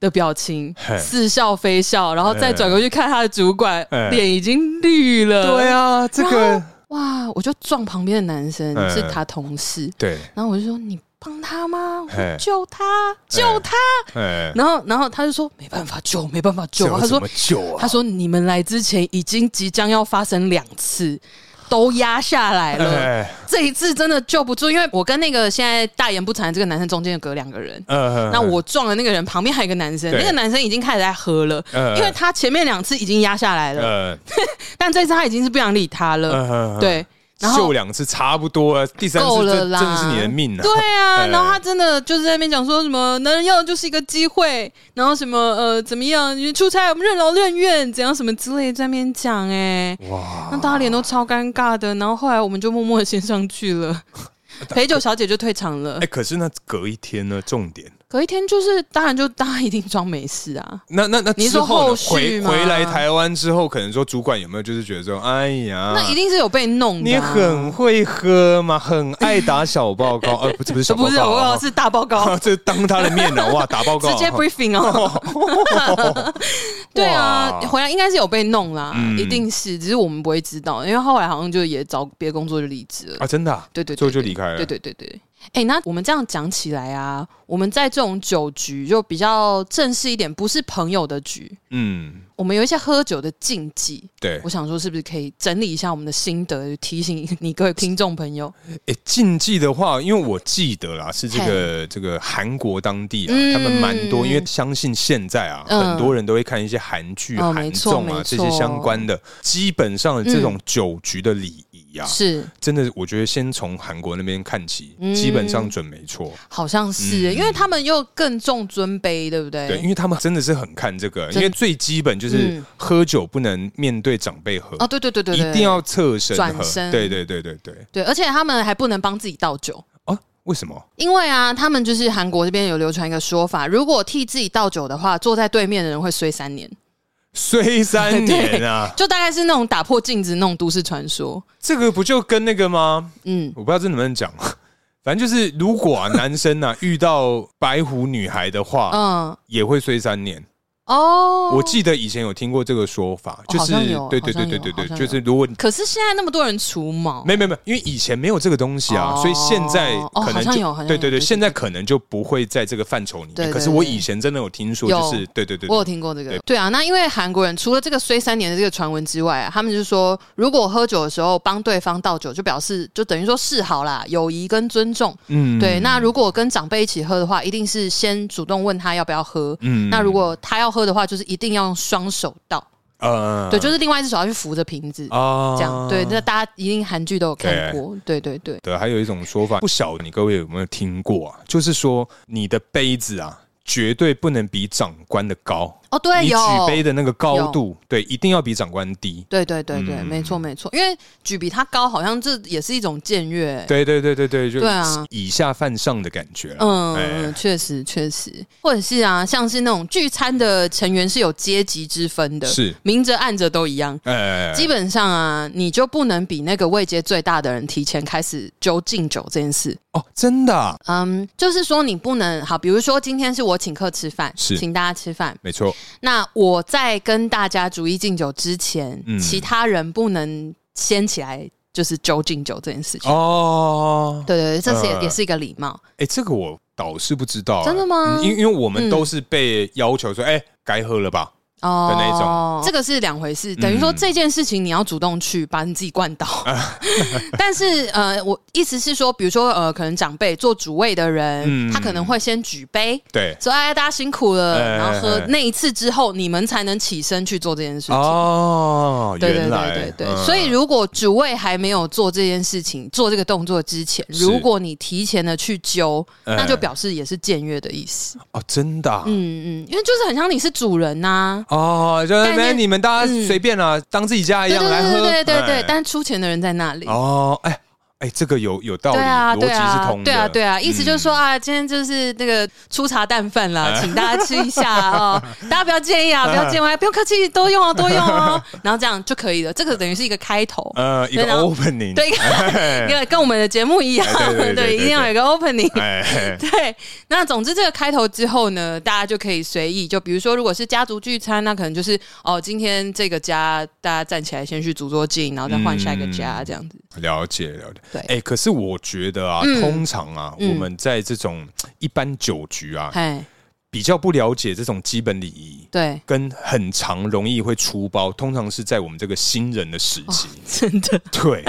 [SPEAKER 2] 的表情
[SPEAKER 1] 嘿
[SPEAKER 2] 似笑非笑，然后再转过去看他的主管，
[SPEAKER 1] 嗯
[SPEAKER 2] 脸已经绿了。
[SPEAKER 1] 对啊，这个
[SPEAKER 2] 哇！我就撞旁边的男生，
[SPEAKER 1] 嗯
[SPEAKER 2] 是他同事，
[SPEAKER 1] 对，
[SPEAKER 2] 然后我就说：“你帮他吗？我说
[SPEAKER 1] 嘿
[SPEAKER 2] 救他，救他。
[SPEAKER 1] 哎，”
[SPEAKER 2] 然后，然后他就说：“没办法救，没办法救。”他说
[SPEAKER 1] 这有什么酒：“啊，
[SPEAKER 2] 他说你们来之前已经即将要发生两次，都压下来了，
[SPEAKER 1] 哎，
[SPEAKER 2] 这一次真的救不住，因为我跟那个现在大言不惭的这个男生中间有隔两个人。”
[SPEAKER 1] 呃
[SPEAKER 2] 那我撞的那个人旁边还有一个男生，
[SPEAKER 1] 对
[SPEAKER 2] 那个男生已经开始在喝了，
[SPEAKER 1] 嗯
[SPEAKER 2] 因为他前面两次已经压下来了，
[SPEAKER 1] 呃
[SPEAKER 2] 但这次他已经是不想理他了，
[SPEAKER 1] 呃，
[SPEAKER 2] 对。然后
[SPEAKER 1] 秀两次差不多了，啊第三
[SPEAKER 2] 够
[SPEAKER 1] 次
[SPEAKER 2] 了
[SPEAKER 1] 这真
[SPEAKER 2] 啦
[SPEAKER 1] 的是你的命啊！
[SPEAKER 2] 对啊，
[SPEAKER 1] 哎
[SPEAKER 2] 然后他真的就是在那边讲说什么男人要的就是一个机会，然后什么呃怎么样，你出差我们任劳任怨，怎样什么之类在那边讲哎、
[SPEAKER 1] 哇，
[SPEAKER 2] 那大家脸都超尴尬的。然后后来我们就默默的先上 去了，陪酒小姐就退场了
[SPEAKER 1] 哎，。可是那隔一天呢？重点，
[SPEAKER 2] 隔一天就是当然就大家一定装没事啊，
[SPEAKER 1] 那那那
[SPEAKER 2] 你是
[SPEAKER 1] 之后
[SPEAKER 2] 后
[SPEAKER 1] 呢
[SPEAKER 2] 续
[SPEAKER 1] 回
[SPEAKER 2] 吗
[SPEAKER 1] 回来台湾之后，可能说主管有没有就是觉得说，哎呀，
[SPEAKER 2] 那一定是有被弄
[SPEAKER 1] 你
[SPEAKER 2] 的啊、
[SPEAKER 1] 很会喝吗？很爱打小报 告，呃，不是不是小报
[SPEAKER 2] 不是
[SPEAKER 1] 告
[SPEAKER 2] 我
[SPEAKER 1] 啊，
[SPEAKER 2] 是大报告。
[SPEAKER 1] 这当他的面了哇，打报告
[SPEAKER 2] 直接 briefing 哦， 对啊，
[SPEAKER 1] 哇
[SPEAKER 2] 回来应该是有被弄啦，
[SPEAKER 1] 嗯
[SPEAKER 2] 一定是，只是我们不会知道，因为后来好像就也找别的工作就离职了。
[SPEAKER 1] 啊，真的啊，
[SPEAKER 2] 对对
[SPEAKER 1] 最
[SPEAKER 2] 对
[SPEAKER 1] 后就离开了，
[SPEAKER 2] 对对对对。哎、那我们这样讲起来啊，我们在这种酒局就比较正式一点，不是朋友的局，
[SPEAKER 1] 嗯，
[SPEAKER 2] 我们有一些喝酒的禁忌。
[SPEAKER 1] 对
[SPEAKER 2] 我，想说，是不是可以整理一下我们的心得，提醒你各位听众朋友？
[SPEAKER 1] 诶，禁忌的话，因为我记得啦，是这个这个韩国当地啊，
[SPEAKER 2] 嗯
[SPEAKER 1] 他们蛮多，因为相信现在啊，
[SPEAKER 2] 嗯
[SPEAKER 1] 很多人都会看一些韩剧、
[SPEAKER 2] 哦
[SPEAKER 1] 韩
[SPEAKER 2] 没错
[SPEAKER 1] 综啊
[SPEAKER 2] 没
[SPEAKER 1] 这
[SPEAKER 2] 错嗯
[SPEAKER 1] 些相关的，基本上的这种酒局的礼仪啊，
[SPEAKER 2] 是，
[SPEAKER 1] 真的，我觉得先从韩国那边看起，
[SPEAKER 2] 嗯
[SPEAKER 1] 基本上准没错。
[SPEAKER 2] 好像是、
[SPEAKER 1] 嗯
[SPEAKER 2] 因为他们又更重尊卑，对不对？
[SPEAKER 1] 对，因为他们真的是很看这个，
[SPEAKER 2] 真
[SPEAKER 1] 因为最基本就是
[SPEAKER 2] 嗯
[SPEAKER 1] 喝酒不能面对长辈喝，
[SPEAKER 2] 哦，对对对对
[SPEAKER 1] 一
[SPEAKER 2] 对，
[SPEAKER 1] 定要侧身
[SPEAKER 2] 转
[SPEAKER 1] 喝。
[SPEAKER 2] 身
[SPEAKER 1] 对对对对对。
[SPEAKER 2] 对，而且他们还不能帮自己倒酒。
[SPEAKER 1] 啊，为什么？
[SPEAKER 2] 因为啊，他们就是韩国这边有流传一个说法，如果替自己倒酒的话，坐在对面的人会衰三年，，
[SPEAKER 1] 虽三年啊
[SPEAKER 2] 就大概是那种打破镜子那种都市传说。
[SPEAKER 1] 这个不就跟那个吗？
[SPEAKER 2] 嗯，
[SPEAKER 1] 我不知道这能不能讲。反正就是，如 果啊，男生啊遇到白狐女孩的话，
[SPEAKER 2] 嗯，
[SPEAKER 1] 也会衰三年。
[SPEAKER 2] 哦，
[SPEAKER 1] 我记得以前有听过这个说法，就
[SPEAKER 2] 好
[SPEAKER 1] 是
[SPEAKER 2] 像有
[SPEAKER 1] 对对
[SPEAKER 2] 好
[SPEAKER 1] 对
[SPEAKER 2] 像
[SPEAKER 1] 对
[SPEAKER 2] 有
[SPEAKER 1] 对
[SPEAKER 2] 好
[SPEAKER 1] 对，
[SPEAKER 2] 像
[SPEAKER 1] 就
[SPEAKER 2] 有
[SPEAKER 1] 是如果你
[SPEAKER 2] 可是现在那么多人除毛，
[SPEAKER 1] 没没没，因为以前没有这个东西啊，
[SPEAKER 2] 哦
[SPEAKER 1] 所以现在可
[SPEAKER 2] 哦好
[SPEAKER 1] 能
[SPEAKER 2] 像
[SPEAKER 1] 就
[SPEAKER 2] 有好像有
[SPEAKER 1] 对对
[SPEAKER 2] 对对
[SPEAKER 1] 对，
[SPEAKER 2] 对
[SPEAKER 1] 现在可能就不会在这个范畴里
[SPEAKER 2] 对
[SPEAKER 1] 面。
[SPEAKER 2] 对
[SPEAKER 1] 可是我
[SPEAKER 2] 对
[SPEAKER 1] 以前真的有听说，
[SPEAKER 2] 有
[SPEAKER 1] 就是对对对，
[SPEAKER 2] 我
[SPEAKER 1] 对
[SPEAKER 2] 有听过这个
[SPEAKER 1] 对
[SPEAKER 2] 对啊，那因为韩国人除了这个虽三年的这个传闻之外、啊，他们就是说，如果喝酒的时候帮对方倒酒，就表示就等于说示好啦，友谊跟尊重。
[SPEAKER 1] 嗯
[SPEAKER 2] 对，那如果跟长辈一起喝的话，一定是先主动问他要不要喝。
[SPEAKER 1] 嗯
[SPEAKER 2] 那如果他要喝的话，就是一定要用双手倒，
[SPEAKER 1] 呃
[SPEAKER 2] 对，就是另外一只手要去扶着瓶子，
[SPEAKER 1] 啊
[SPEAKER 2] 这样。对，那大家一定韩剧都有看过，对对对。
[SPEAKER 1] 对，还有一种说法，不晓得你各位有没有听过啊？就是说你的杯子啊，绝对不能比长官的高，
[SPEAKER 2] 哦，对，
[SPEAKER 1] 你举
[SPEAKER 2] 有
[SPEAKER 1] 杯的那个高
[SPEAKER 2] 有
[SPEAKER 1] 度，对，一定要比长官低。
[SPEAKER 2] 对对对对，
[SPEAKER 1] 嗯
[SPEAKER 2] 没错没错，因为举比他高，好像这也是一种僭越、欸
[SPEAKER 1] 对啊对对对对，就
[SPEAKER 2] 对啊
[SPEAKER 1] 以下犯上的感觉啦。
[SPEAKER 2] 嗯，
[SPEAKER 1] 哎
[SPEAKER 2] 确实确实，或者是啊，像是那种聚餐的成员是有阶级之分的，
[SPEAKER 1] 是
[SPEAKER 2] 明着暗着都一样。
[SPEAKER 1] 哎，
[SPEAKER 2] 基本上啊，你就不能比那个位阶最大的人提前开始揪敬酒这件事。
[SPEAKER 1] 哦，真的啊，
[SPEAKER 2] 嗯，就是说你不能好，比如说今天是我请客吃饭，
[SPEAKER 1] 是
[SPEAKER 2] 请大家吃饭。
[SPEAKER 1] 没错，
[SPEAKER 2] 那我在跟大家逐一敬酒之前，
[SPEAKER 1] 嗯
[SPEAKER 2] 其他人不能先起来就是揪敬酒这件事情。
[SPEAKER 1] 哦，
[SPEAKER 2] 对对对，这是也、
[SPEAKER 1] 呃
[SPEAKER 2] 也是一个礼貌。
[SPEAKER 1] 哎，这个我倒是不知道啊，
[SPEAKER 2] 真的吗
[SPEAKER 1] 嗯因因为我
[SPEAKER 2] 嗯
[SPEAKER 1] 们都是被要求说，哎，该喝了吧？
[SPEAKER 2] 哦
[SPEAKER 1] 的那一种
[SPEAKER 2] 这个是两回事。等于说
[SPEAKER 1] 嗯
[SPEAKER 2] 这件事情你要主动去把你自己灌倒， 但是呃，我意思是说，比如说呃，可能长辈做主位的人，
[SPEAKER 1] 嗯
[SPEAKER 2] 他可能会先举杯。
[SPEAKER 1] 对，
[SPEAKER 2] 说哎，大家辛苦了，
[SPEAKER 1] 哎
[SPEAKER 2] 然后喝
[SPEAKER 1] 哎哎
[SPEAKER 2] 那一次之后，你们才能起身去做这件事情。
[SPEAKER 1] 哦，
[SPEAKER 2] 对对
[SPEAKER 1] 原
[SPEAKER 2] 对
[SPEAKER 1] 来
[SPEAKER 2] 对对，
[SPEAKER 1] 嗯
[SPEAKER 2] 所以如果主位还没有做这件事情、做这个动作之前，
[SPEAKER 1] 是
[SPEAKER 2] 如果你提前的去揪，
[SPEAKER 1] 哎
[SPEAKER 2] 那就表示也是僭越的意思。
[SPEAKER 1] 哦，真的啊。
[SPEAKER 2] 嗯嗯，因为就是很像你是主人呐、
[SPEAKER 1] 哦，就
[SPEAKER 2] 概
[SPEAKER 1] 是
[SPEAKER 2] 念
[SPEAKER 1] 你们大家
[SPEAKER 2] 嗯
[SPEAKER 1] 随便啦，当自己家一
[SPEAKER 2] 对
[SPEAKER 1] 样
[SPEAKER 2] 对
[SPEAKER 1] 来
[SPEAKER 2] 对
[SPEAKER 1] 喝。
[SPEAKER 2] 对对对
[SPEAKER 1] 哎
[SPEAKER 2] 对，但出钱的人在那里。
[SPEAKER 1] 哦，哎哎，这个有有道理，
[SPEAKER 2] 对啊，
[SPEAKER 1] 逻辑
[SPEAKER 2] 对
[SPEAKER 1] 是
[SPEAKER 2] 啊
[SPEAKER 1] 通的。，嗯
[SPEAKER 2] 对啊，对啊，意思就是说啊，今天就是那个粗茶淡饭
[SPEAKER 1] 哎
[SPEAKER 2] 啦，请大家吃一下 啊，哦大家不要介意啊，不要介意啊，不用客气，多用哦，多用哦，然后这样就可以了。这个等于是一个开头，
[SPEAKER 1] 呃，一个
[SPEAKER 2] 对然后
[SPEAKER 1] opening，
[SPEAKER 2] 对，
[SPEAKER 1] 哎，
[SPEAKER 2] 跟跟我们的节目一样
[SPEAKER 1] 哎对，对对对
[SPEAKER 2] 对，一定要有一个 opening。
[SPEAKER 1] 哎，
[SPEAKER 2] 对，那总之这个开头之后呢，大家就可以随意，就比如说如果是家族聚餐，那可能就是哦，今天这个家大家站起来先去主桌敬，然后再换下一个家
[SPEAKER 1] 嗯
[SPEAKER 2] 这样子。
[SPEAKER 1] 了解了解。
[SPEAKER 2] 对
[SPEAKER 1] 哎、可是我觉得啊，
[SPEAKER 2] 嗯
[SPEAKER 1] 通常啊，
[SPEAKER 2] 嗯
[SPEAKER 1] 我们在这种一般酒局啊，
[SPEAKER 2] 哎，
[SPEAKER 1] 比较不了解这种基本礼仪。
[SPEAKER 2] 对，
[SPEAKER 1] 跟很常容易会出包，通常是在我们这个新人的时期。
[SPEAKER 2] 真的。
[SPEAKER 1] 对，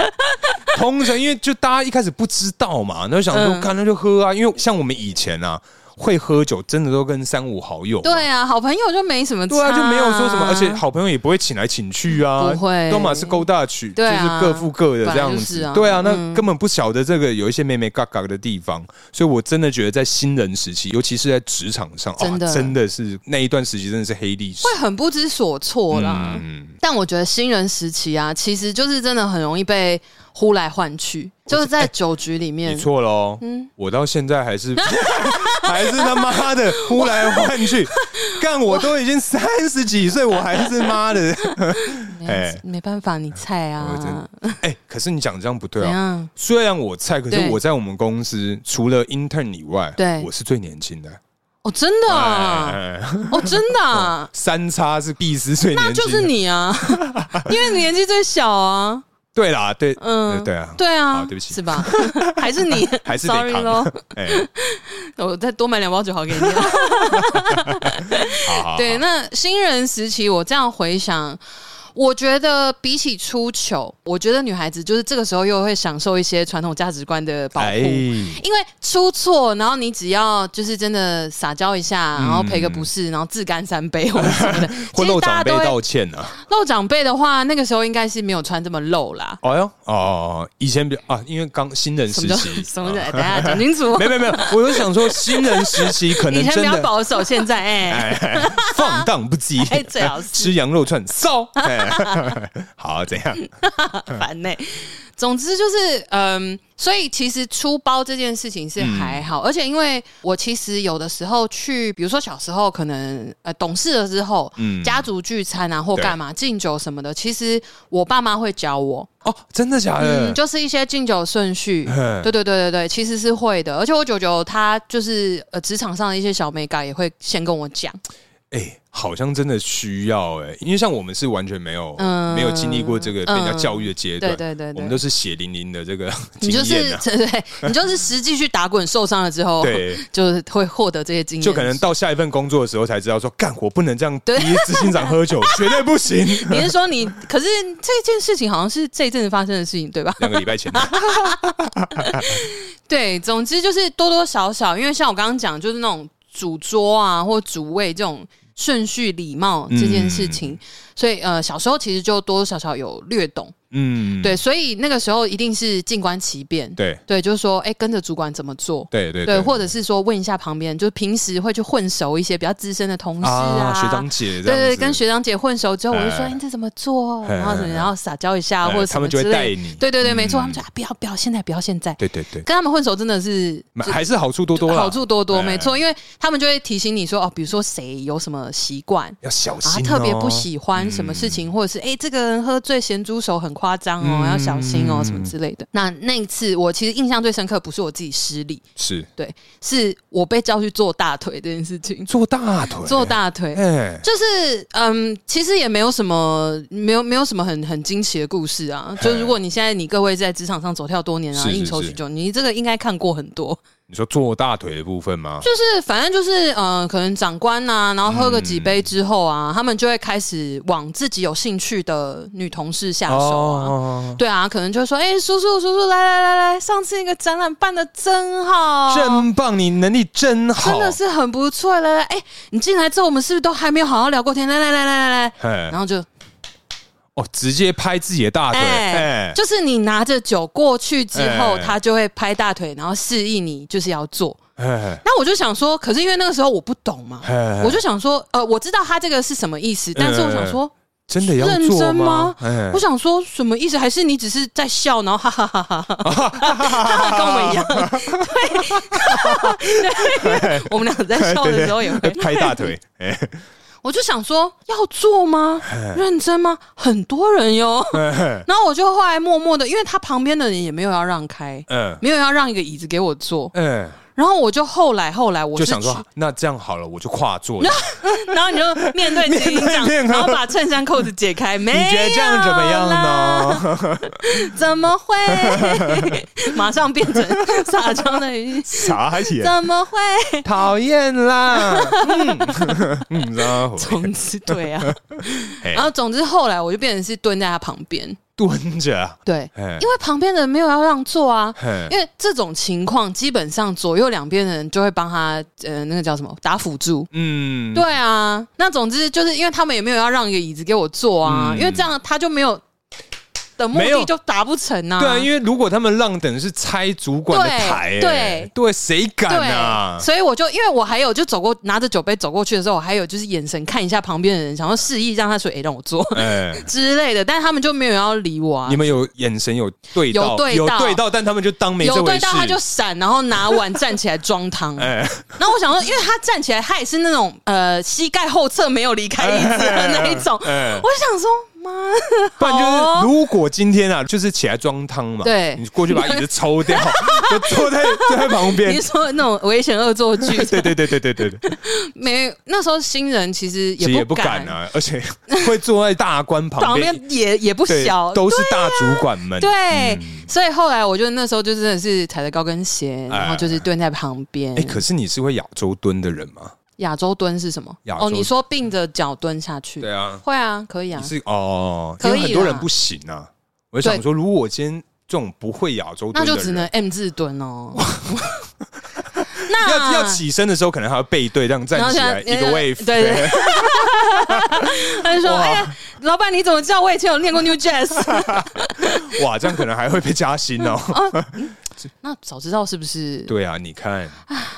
[SPEAKER 1] 通常因为就大家一开始不知道嘛，那就想说，
[SPEAKER 2] 嗯
[SPEAKER 1] 看、那就喝啊。因为像我们以前啊，会喝酒真的都跟三五好友嘛，
[SPEAKER 2] 对啊，好朋友就没什么、
[SPEAKER 1] 对啊，就没有说什么，而且好朋友也不会请来请去啊，
[SPEAKER 2] 不会
[SPEAKER 1] 都嘛是勾大曲，
[SPEAKER 2] 对啊
[SPEAKER 1] 就是各付各的这样
[SPEAKER 2] 本来就是
[SPEAKER 1] 子，
[SPEAKER 2] 啊
[SPEAKER 1] 对啊，那
[SPEAKER 2] 嗯
[SPEAKER 1] 根本不晓得这个有一些妹妹嘎嘎的地方，所以我真的觉得在新人时期，尤其是在职场上，
[SPEAKER 2] 真的
[SPEAKER 1] 啊、真的是那一段时期真的是黑历史，
[SPEAKER 2] 会很不知所措啦。
[SPEAKER 1] 嗯，
[SPEAKER 2] 但我觉得新人时期啊，其实就是真的很容易被呼来唤去，就是在酒局里面
[SPEAKER 1] 哎
[SPEAKER 2] 嗯
[SPEAKER 1] 你。错喽，我到现在还是 还是他妈的呼来唤去，干我都已经三十几岁，我还是妈的，
[SPEAKER 2] 没有没办法，你菜
[SPEAKER 1] 哎我真
[SPEAKER 2] 啊，
[SPEAKER 1] 哎、可是你讲这样不对
[SPEAKER 2] 怎
[SPEAKER 1] 啊。
[SPEAKER 2] 样？
[SPEAKER 1] 虽然我菜，可是
[SPEAKER 2] 对
[SPEAKER 1] 我在我们公司除了 intern 以外，
[SPEAKER 2] 对
[SPEAKER 1] 我是最年轻的。
[SPEAKER 2] 哦，真的啊，
[SPEAKER 1] 哎，
[SPEAKER 2] 哦，真的啊，
[SPEAKER 1] 三叉是必是最哦年轻，
[SPEAKER 2] 就是。你啊， 因为你年纪最小啊，
[SPEAKER 1] 对啦，对，
[SPEAKER 2] 嗯
[SPEAKER 1] 嗯，对啊，
[SPEAKER 2] 对啊，
[SPEAKER 1] 好对不起
[SPEAKER 2] 是吧？ 还是你，
[SPEAKER 1] 还是
[SPEAKER 2] sorry
[SPEAKER 1] 得
[SPEAKER 2] 咯
[SPEAKER 1] 扛。。哎，
[SPEAKER 2] 我再多买两包酒好给你。
[SPEAKER 1] 好好，
[SPEAKER 2] 对，
[SPEAKER 1] 好，
[SPEAKER 2] 那新人时期，我这样回想，我觉得比起出糗，我觉得女孩子就是这个时候又会享受一些传统价值观的保护。
[SPEAKER 1] 哎，
[SPEAKER 2] 因为出错，然后你只要就是真的撒娇一下，然后赔个
[SPEAKER 1] 嗯
[SPEAKER 2] 不是，然后自干三杯或者什 么的，
[SPEAKER 1] 会
[SPEAKER 2] 其
[SPEAKER 1] 漏
[SPEAKER 2] 实大
[SPEAKER 1] 长
[SPEAKER 2] 家
[SPEAKER 1] 辈
[SPEAKER 2] 都会
[SPEAKER 1] 道歉啊。
[SPEAKER 2] 露长辈的话，那个时候应该是没有穿这么露啦。
[SPEAKER 1] 哦哟，哦，以前比啊，因为刚新人
[SPEAKER 2] 什
[SPEAKER 1] 时
[SPEAKER 2] 么叫
[SPEAKER 1] 期，
[SPEAKER 2] 什么叫？等一下讲清楚
[SPEAKER 1] 没，没没，我就想说新人时期可
[SPEAKER 2] 以
[SPEAKER 1] 能
[SPEAKER 2] 前比
[SPEAKER 1] 真
[SPEAKER 2] 较
[SPEAKER 1] 的
[SPEAKER 2] 保守，现在哎、
[SPEAKER 1] 哎哎 放荡不羁
[SPEAKER 2] 哎最好，是
[SPEAKER 1] 吃羊肉串骚， 哎好怎
[SPEAKER 2] 嗯
[SPEAKER 1] 样？嗯
[SPEAKER 2] 烦呢、欸总之就是，嗯，所以其实出包这件事情是
[SPEAKER 1] 嗯
[SPEAKER 2] 还好，而且因为我其实有的时候去，比如说小时候可能呃懂事了之后，
[SPEAKER 1] 嗯
[SPEAKER 2] 家族聚餐啊或
[SPEAKER 1] 对
[SPEAKER 2] 干嘛敬酒什么的，其实我爸妈会教我，
[SPEAKER 1] 哦，真的假的
[SPEAKER 2] 嗯，？就是一些敬酒顺序。
[SPEAKER 1] 嗯
[SPEAKER 2] 对对对对对，其实是会的，而且我舅舅他就是呃职场上的一些小美感也会先跟我讲，
[SPEAKER 1] 哎、好像真的需要哎、因为像我们是完全没有、
[SPEAKER 2] 嗯
[SPEAKER 1] 没有经历过这个被人家
[SPEAKER 2] 嗯
[SPEAKER 1] 教育的阶段，
[SPEAKER 2] 对对对
[SPEAKER 1] 我
[SPEAKER 2] 对
[SPEAKER 1] 们都，是血淋淋的这个经
[SPEAKER 2] 你就是
[SPEAKER 1] 验啊。
[SPEAKER 2] 对对，你就是实际去打滚受伤了之后，
[SPEAKER 1] 对，
[SPEAKER 2] 就是会获得这些经验，
[SPEAKER 1] 就可能到下一份工作的时候才知道说，干我不能这样逼执行长 喝酒，绝对不行。
[SPEAKER 2] 你是说你？可是这件事情好像是这一阵子发生的事情，对吧？
[SPEAKER 1] 两个礼拜前，
[SPEAKER 2] 对，总之就是多多少少，因为像我刚刚讲，就是那种主桌啊或主位这种顺序礼貌这件事情，所以呃，小时候其实就多多少少有略懂，
[SPEAKER 1] 嗯，
[SPEAKER 2] 对，所以那个时候一定是静观其变，
[SPEAKER 1] 对
[SPEAKER 2] 对，就是说，哎，跟着主管怎么做。
[SPEAKER 1] 对对
[SPEAKER 2] 对，或者是说问一下旁边，就是平时会去混熟一些比较资深的同事
[SPEAKER 1] 啊，学长姐这
[SPEAKER 2] 对
[SPEAKER 1] 样子，
[SPEAKER 2] 对，跟学长姐混熟之后，我就说：“
[SPEAKER 1] 哎
[SPEAKER 2] 哎，你这怎么做？”
[SPEAKER 1] 哎
[SPEAKER 2] 然后怎么，然后撒娇一下，
[SPEAKER 1] 哎
[SPEAKER 2] 或者
[SPEAKER 1] 他
[SPEAKER 2] 什
[SPEAKER 1] 们
[SPEAKER 2] 么
[SPEAKER 1] 就
[SPEAKER 2] 之
[SPEAKER 1] 会带
[SPEAKER 2] 类的。
[SPEAKER 1] 你，
[SPEAKER 2] 对对对，没错，
[SPEAKER 1] 嗯
[SPEAKER 2] 他们说：“啊不要不要，现在不要现在。
[SPEAKER 1] 对对对”，
[SPEAKER 2] 跟他们混熟真的是
[SPEAKER 1] 蛮还是好处多多啦，
[SPEAKER 2] 好处多多，
[SPEAKER 1] 哎
[SPEAKER 2] 没错，因为他们就会提醒你说：“哦，比如说谁有什么习惯。”
[SPEAKER 1] 要小
[SPEAKER 2] 啊，
[SPEAKER 1] 心哦，
[SPEAKER 2] 特别不喜欢什么事情，或者是哎、这个人喝醉咸猪手很夸张哦，
[SPEAKER 1] 嗯
[SPEAKER 2] 要小心哦，什么之类的。那那一次，我其实印象最深刻，不是我自己失礼，
[SPEAKER 1] 是
[SPEAKER 2] 是我被叫去做大腿这件事情。
[SPEAKER 1] 做大腿，
[SPEAKER 2] 做，大腿，
[SPEAKER 1] 哎，
[SPEAKER 2] 就是嗯，其实也没有什么，没有没有什么很很惊奇的故事啊。就如果你现在你各位在职场上走跳多年啊，
[SPEAKER 1] 是是
[SPEAKER 2] 应酬许久，你这个应该看过很多。
[SPEAKER 1] 你说做大腿的部分吗？
[SPEAKER 2] 就是反正就是呃，可能长官呐、然后喝个几杯之后
[SPEAKER 1] 嗯
[SPEAKER 2] 啊，他们就会开始往自己有兴趣的女同事下手啊。
[SPEAKER 1] 哦，
[SPEAKER 2] 对啊，可能就会说，哎、叔叔，叔叔，来来来来，上次那个展览办的真好，
[SPEAKER 1] 真棒，你能力真好，
[SPEAKER 2] 哦真的是很不错。来来，哎、你进来之后，我们是不是都还没有好好聊过天？来来来来来来，
[SPEAKER 1] 哎
[SPEAKER 2] 然，后就
[SPEAKER 1] 哦，直接拍自己的大腿，哎，
[SPEAKER 2] 就是你拿着酒过去之后，
[SPEAKER 1] 哎
[SPEAKER 2] 他就会拍大腿，然后示意你就是要做。
[SPEAKER 1] 哎，
[SPEAKER 2] 那我就想说，可是因为那个时候我不懂嘛，
[SPEAKER 1] 哎
[SPEAKER 2] 我就想说，呃，我知道他这个是什么意思，但是我想说，
[SPEAKER 1] 真的要
[SPEAKER 2] 认
[SPEAKER 1] 做
[SPEAKER 2] 真吗
[SPEAKER 1] 哎
[SPEAKER 2] 我，想说什么意思？还是你只是在笑，然后哈哈哈哈哈哈，哈哈跟我们一样，对，对，我们俩在笑的时候也会
[SPEAKER 1] 对对， 拍大腿， 哎，
[SPEAKER 2] 我就想说要做吗？认真吗？很多人哟。
[SPEAKER 1] 哎
[SPEAKER 2] 然后我就后来默默的，因为他旁边的人也没有要让开，
[SPEAKER 1] 嗯。
[SPEAKER 2] 没有要让一个椅子给我坐，
[SPEAKER 1] 嗯，
[SPEAKER 2] 然后我就后来后来我
[SPEAKER 1] 就是想
[SPEAKER 2] 去
[SPEAKER 1] 说，，那这样好了，我就跨坐。你
[SPEAKER 2] 然后你就面对镜影
[SPEAKER 1] 面
[SPEAKER 2] 长，
[SPEAKER 1] 对面
[SPEAKER 2] 然后把衬衫扣子解开，没
[SPEAKER 1] 觉得这样怎么样
[SPEAKER 2] 有啦？
[SPEAKER 1] 呢？
[SPEAKER 2] 怎么会？ 马上变成撒娇的语 气，
[SPEAKER 1] 傻眼，
[SPEAKER 2] 怎么会？
[SPEAKER 1] 讨厌啦！嗯， 嗯， 然后
[SPEAKER 2] 总之 对啊，
[SPEAKER 1] 哎
[SPEAKER 2] 然后总之后来我就变成是蹲在他旁边，
[SPEAKER 1] 蹲着，
[SPEAKER 2] 对，
[SPEAKER 1] 哎
[SPEAKER 2] 因为旁边的人没有要让座啊。
[SPEAKER 1] 哎
[SPEAKER 2] 因为这种情况，基本上左右两边的人就会帮他，呃，那个叫什么打辅助，
[SPEAKER 1] 嗯，
[SPEAKER 2] 对啊，那总之就是因为他们也没有要让一个椅子给我坐啊，
[SPEAKER 1] 嗯
[SPEAKER 2] 因为这样他就没有的目
[SPEAKER 1] 没有
[SPEAKER 2] 的就达不成啊。
[SPEAKER 1] 对啊，因为如果他们让，等于是拆主管的台、欸，
[SPEAKER 2] 对
[SPEAKER 1] 对，谁敢啊？
[SPEAKER 2] 对，所以我就因为我还有就走过拿着酒杯走过去的时候，我还有就是眼神看一下旁边的人，想要示意让他说：“哎、让我坐
[SPEAKER 1] 哎、
[SPEAKER 2] 之类的。”但他们就没有要理我啊
[SPEAKER 1] 你。们有眼神有对到，
[SPEAKER 2] 有对到
[SPEAKER 1] 但他们就当没这
[SPEAKER 2] 有
[SPEAKER 1] 回
[SPEAKER 2] 对
[SPEAKER 1] 事。
[SPEAKER 2] 到他就闪，然后拿碗站起来装汤。
[SPEAKER 1] 哎、
[SPEAKER 2] 然后我想说，因为他站起来，他也是那种呃膝盖后侧没有离开椅子的那一种。
[SPEAKER 1] 哎
[SPEAKER 2] 我想说，妈，
[SPEAKER 1] 不然就是、
[SPEAKER 2] 好哦
[SPEAKER 1] 如果今天啊，就是起来装汤嘛，
[SPEAKER 2] 对
[SPEAKER 1] 你过去把椅子抽 掉，就坐在坐在旁边，
[SPEAKER 2] 你 是。说那种危险恶作剧
[SPEAKER 1] 对对对对对对对，
[SPEAKER 2] 没那时候新人其实
[SPEAKER 1] 其实也不
[SPEAKER 2] 不
[SPEAKER 1] 敢，啊，而且会坐在大官旁
[SPEAKER 2] 旁
[SPEAKER 1] 边，
[SPEAKER 2] 边也也不
[SPEAKER 1] 对
[SPEAKER 2] 小，，啊
[SPEAKER 1] 都是大主管们。
[SPEAKER 2] 对，所以后来我就那时候就真的是踩着高跟鞋，
[SPEAKER 1] 哎
[SPEAKER 2] 然后就是蹲在旁边
[SPEAKER 1] 哎、。可是你是会亚洲蹲的人吗？
[SPEAKER 2] 亚洲蹲是什么？
[SPEAKER 1] 亚洲
[SPEAKER 2] 哦，你说并着脚蹲下去？
[SPEAKER 1] 对啊，
[SPEAKER 2] 会啊，可以啊
[SPEAKER 1] 你。是哦，
[SPEAKER 2] 可
[SPEAKER 1] 因
[SPEAKER 2] 以啦
[SPEAKER 1] 为很多人不行啊。我就想说，如果我今天这种不会亚洲
[SPEAKER 2] 那
[SPEAKER 1] 蹲的
[SPEAKER 2] 就
[SPEAKER 1] 人，
[SPEAKER 2] 只能 M 字蹲哦。
[SPEAKER 1] 要
[SPEAKER 2] 那
[SPEAKER 1] 要起身的时候，可能还要背对这样站起来
[SPEAKER 2] 然
[SPEAKER 1] 一
[SPEAKER 2] 后
[SPEAKER 1] 个
[SPEAKER 2] 像
[SPEAKER 1] wave，
[SPEAKER 2] 对对 他就说：“
[SPEAKER 1] 哇
[SPEAKER 2] 哎呀，老板，你怎么知道我以前有练过 New Jazz？
[SPEAKER 1] 对 哇，这样可能还会被加薪 哦。
[SPEAKER 2] 那早知道是不是？
[SPEAKER 1] 对啊，你看，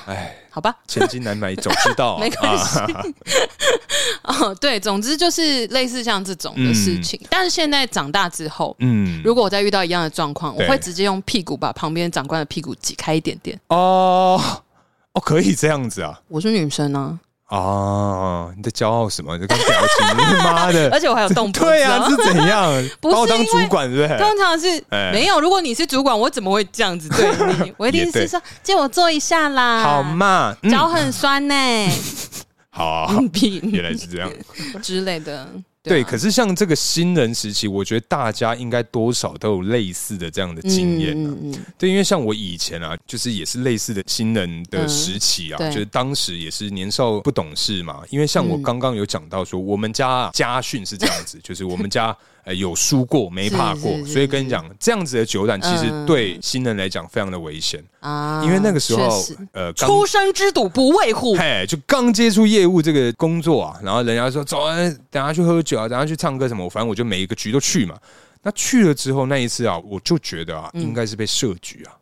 [SPEAKER 1] 哎，
[SPEAKER 2] 好吧，
[SPEAKER 1] 千金难买早知道
[SPEAKER 2] 没关系
[SPEAKER 1] 啊。
[SPEAKER 2] 哦，对，总之就是类似像这种的事情。但是现在长大之后，
[SPEAKER 1] 嗯，
[SPEAKER 2] 如果我再遇到一样的状况，我
[SPEAKER 1] 对
[SPEAKER 2] 会直接用屁股把旁边长官的屁股挤开一点点。
[SPEAKER 1] 哦哦，可以这样子啊
[SPEAKER 2] 我是女生啊，
[SPEAKER 1] 啊！你在骄傲什么？这个表情，你妈的
[SPEAKER 2] 而，且我还有动脖子、
[SPEAKER 1] 对啊，是怎样？
[SPEAKER 2] 不是
[SPEAKER 1] 把我当
[SPEAKER 2] 因为
[SPEAKER 1] 主管是不是？
[SPEAKER 2] 通常是、
[SPEAKER 1] 哎
[SPEAKER 2] 没有。如果你是主管，我怎么会这样子 对你？我一定
[SPEAKER 1] 也对
[SPEAKER 2] 啊是说借我坐一下啦，
[SPEAKER 1] 好嘛，嗯
[SPEAKER 2] 脚很酸呢、
[SPEAKER 1] 好啊， 好
[SPEAKER 2] 硬币
[SPEAKER 1] 原来是这样。
[SPEAKER 2] 啊之类的。
[SPEAKER 1] 对，
[SPEAKER 2] 啊
[SPEAKER 1] 可是像这个新人时期，我觉得大家应该多少都有类似的这样的经验、啊。
[SPEAKER 2] 嗯嗯嗯
[SPEAKER 1] 对，因为像我以前啊，就是也是类似的新人的时期啊，
[SPEAKER 2] 嗯对嗯
[SPEAKER 1] 就是当时也是年少不懂事嘛。因为像我刚刚有讲到说，我们家啊家训是这样 子，就是我们家呃有输过没怕过，
[SPEAKER 2] 是是
[SPEAKER 1] 所以跟你讲，这样子的酒胆其实
[SPEAKER 2] 嗯
[SPEAKER 1] 对新人来讲非常的危险，
[SPEAKER 2] 啊
[SPEAKER 1] 因为那个时候
[SPEAKER 2] 确实
[SPEAKER 1] 呃刚
[SPEAKER 2] 出生之犊不畏虎，
[SPEAKER 1] 嘿，就刚接触业务这个工作啊，然后人家说走啊，等下去喝酒啊，等下去唱歌什么，反正我就每一个局都去嘛。那去了之后那一次啊，我就觉得啊，应该是被设局啊，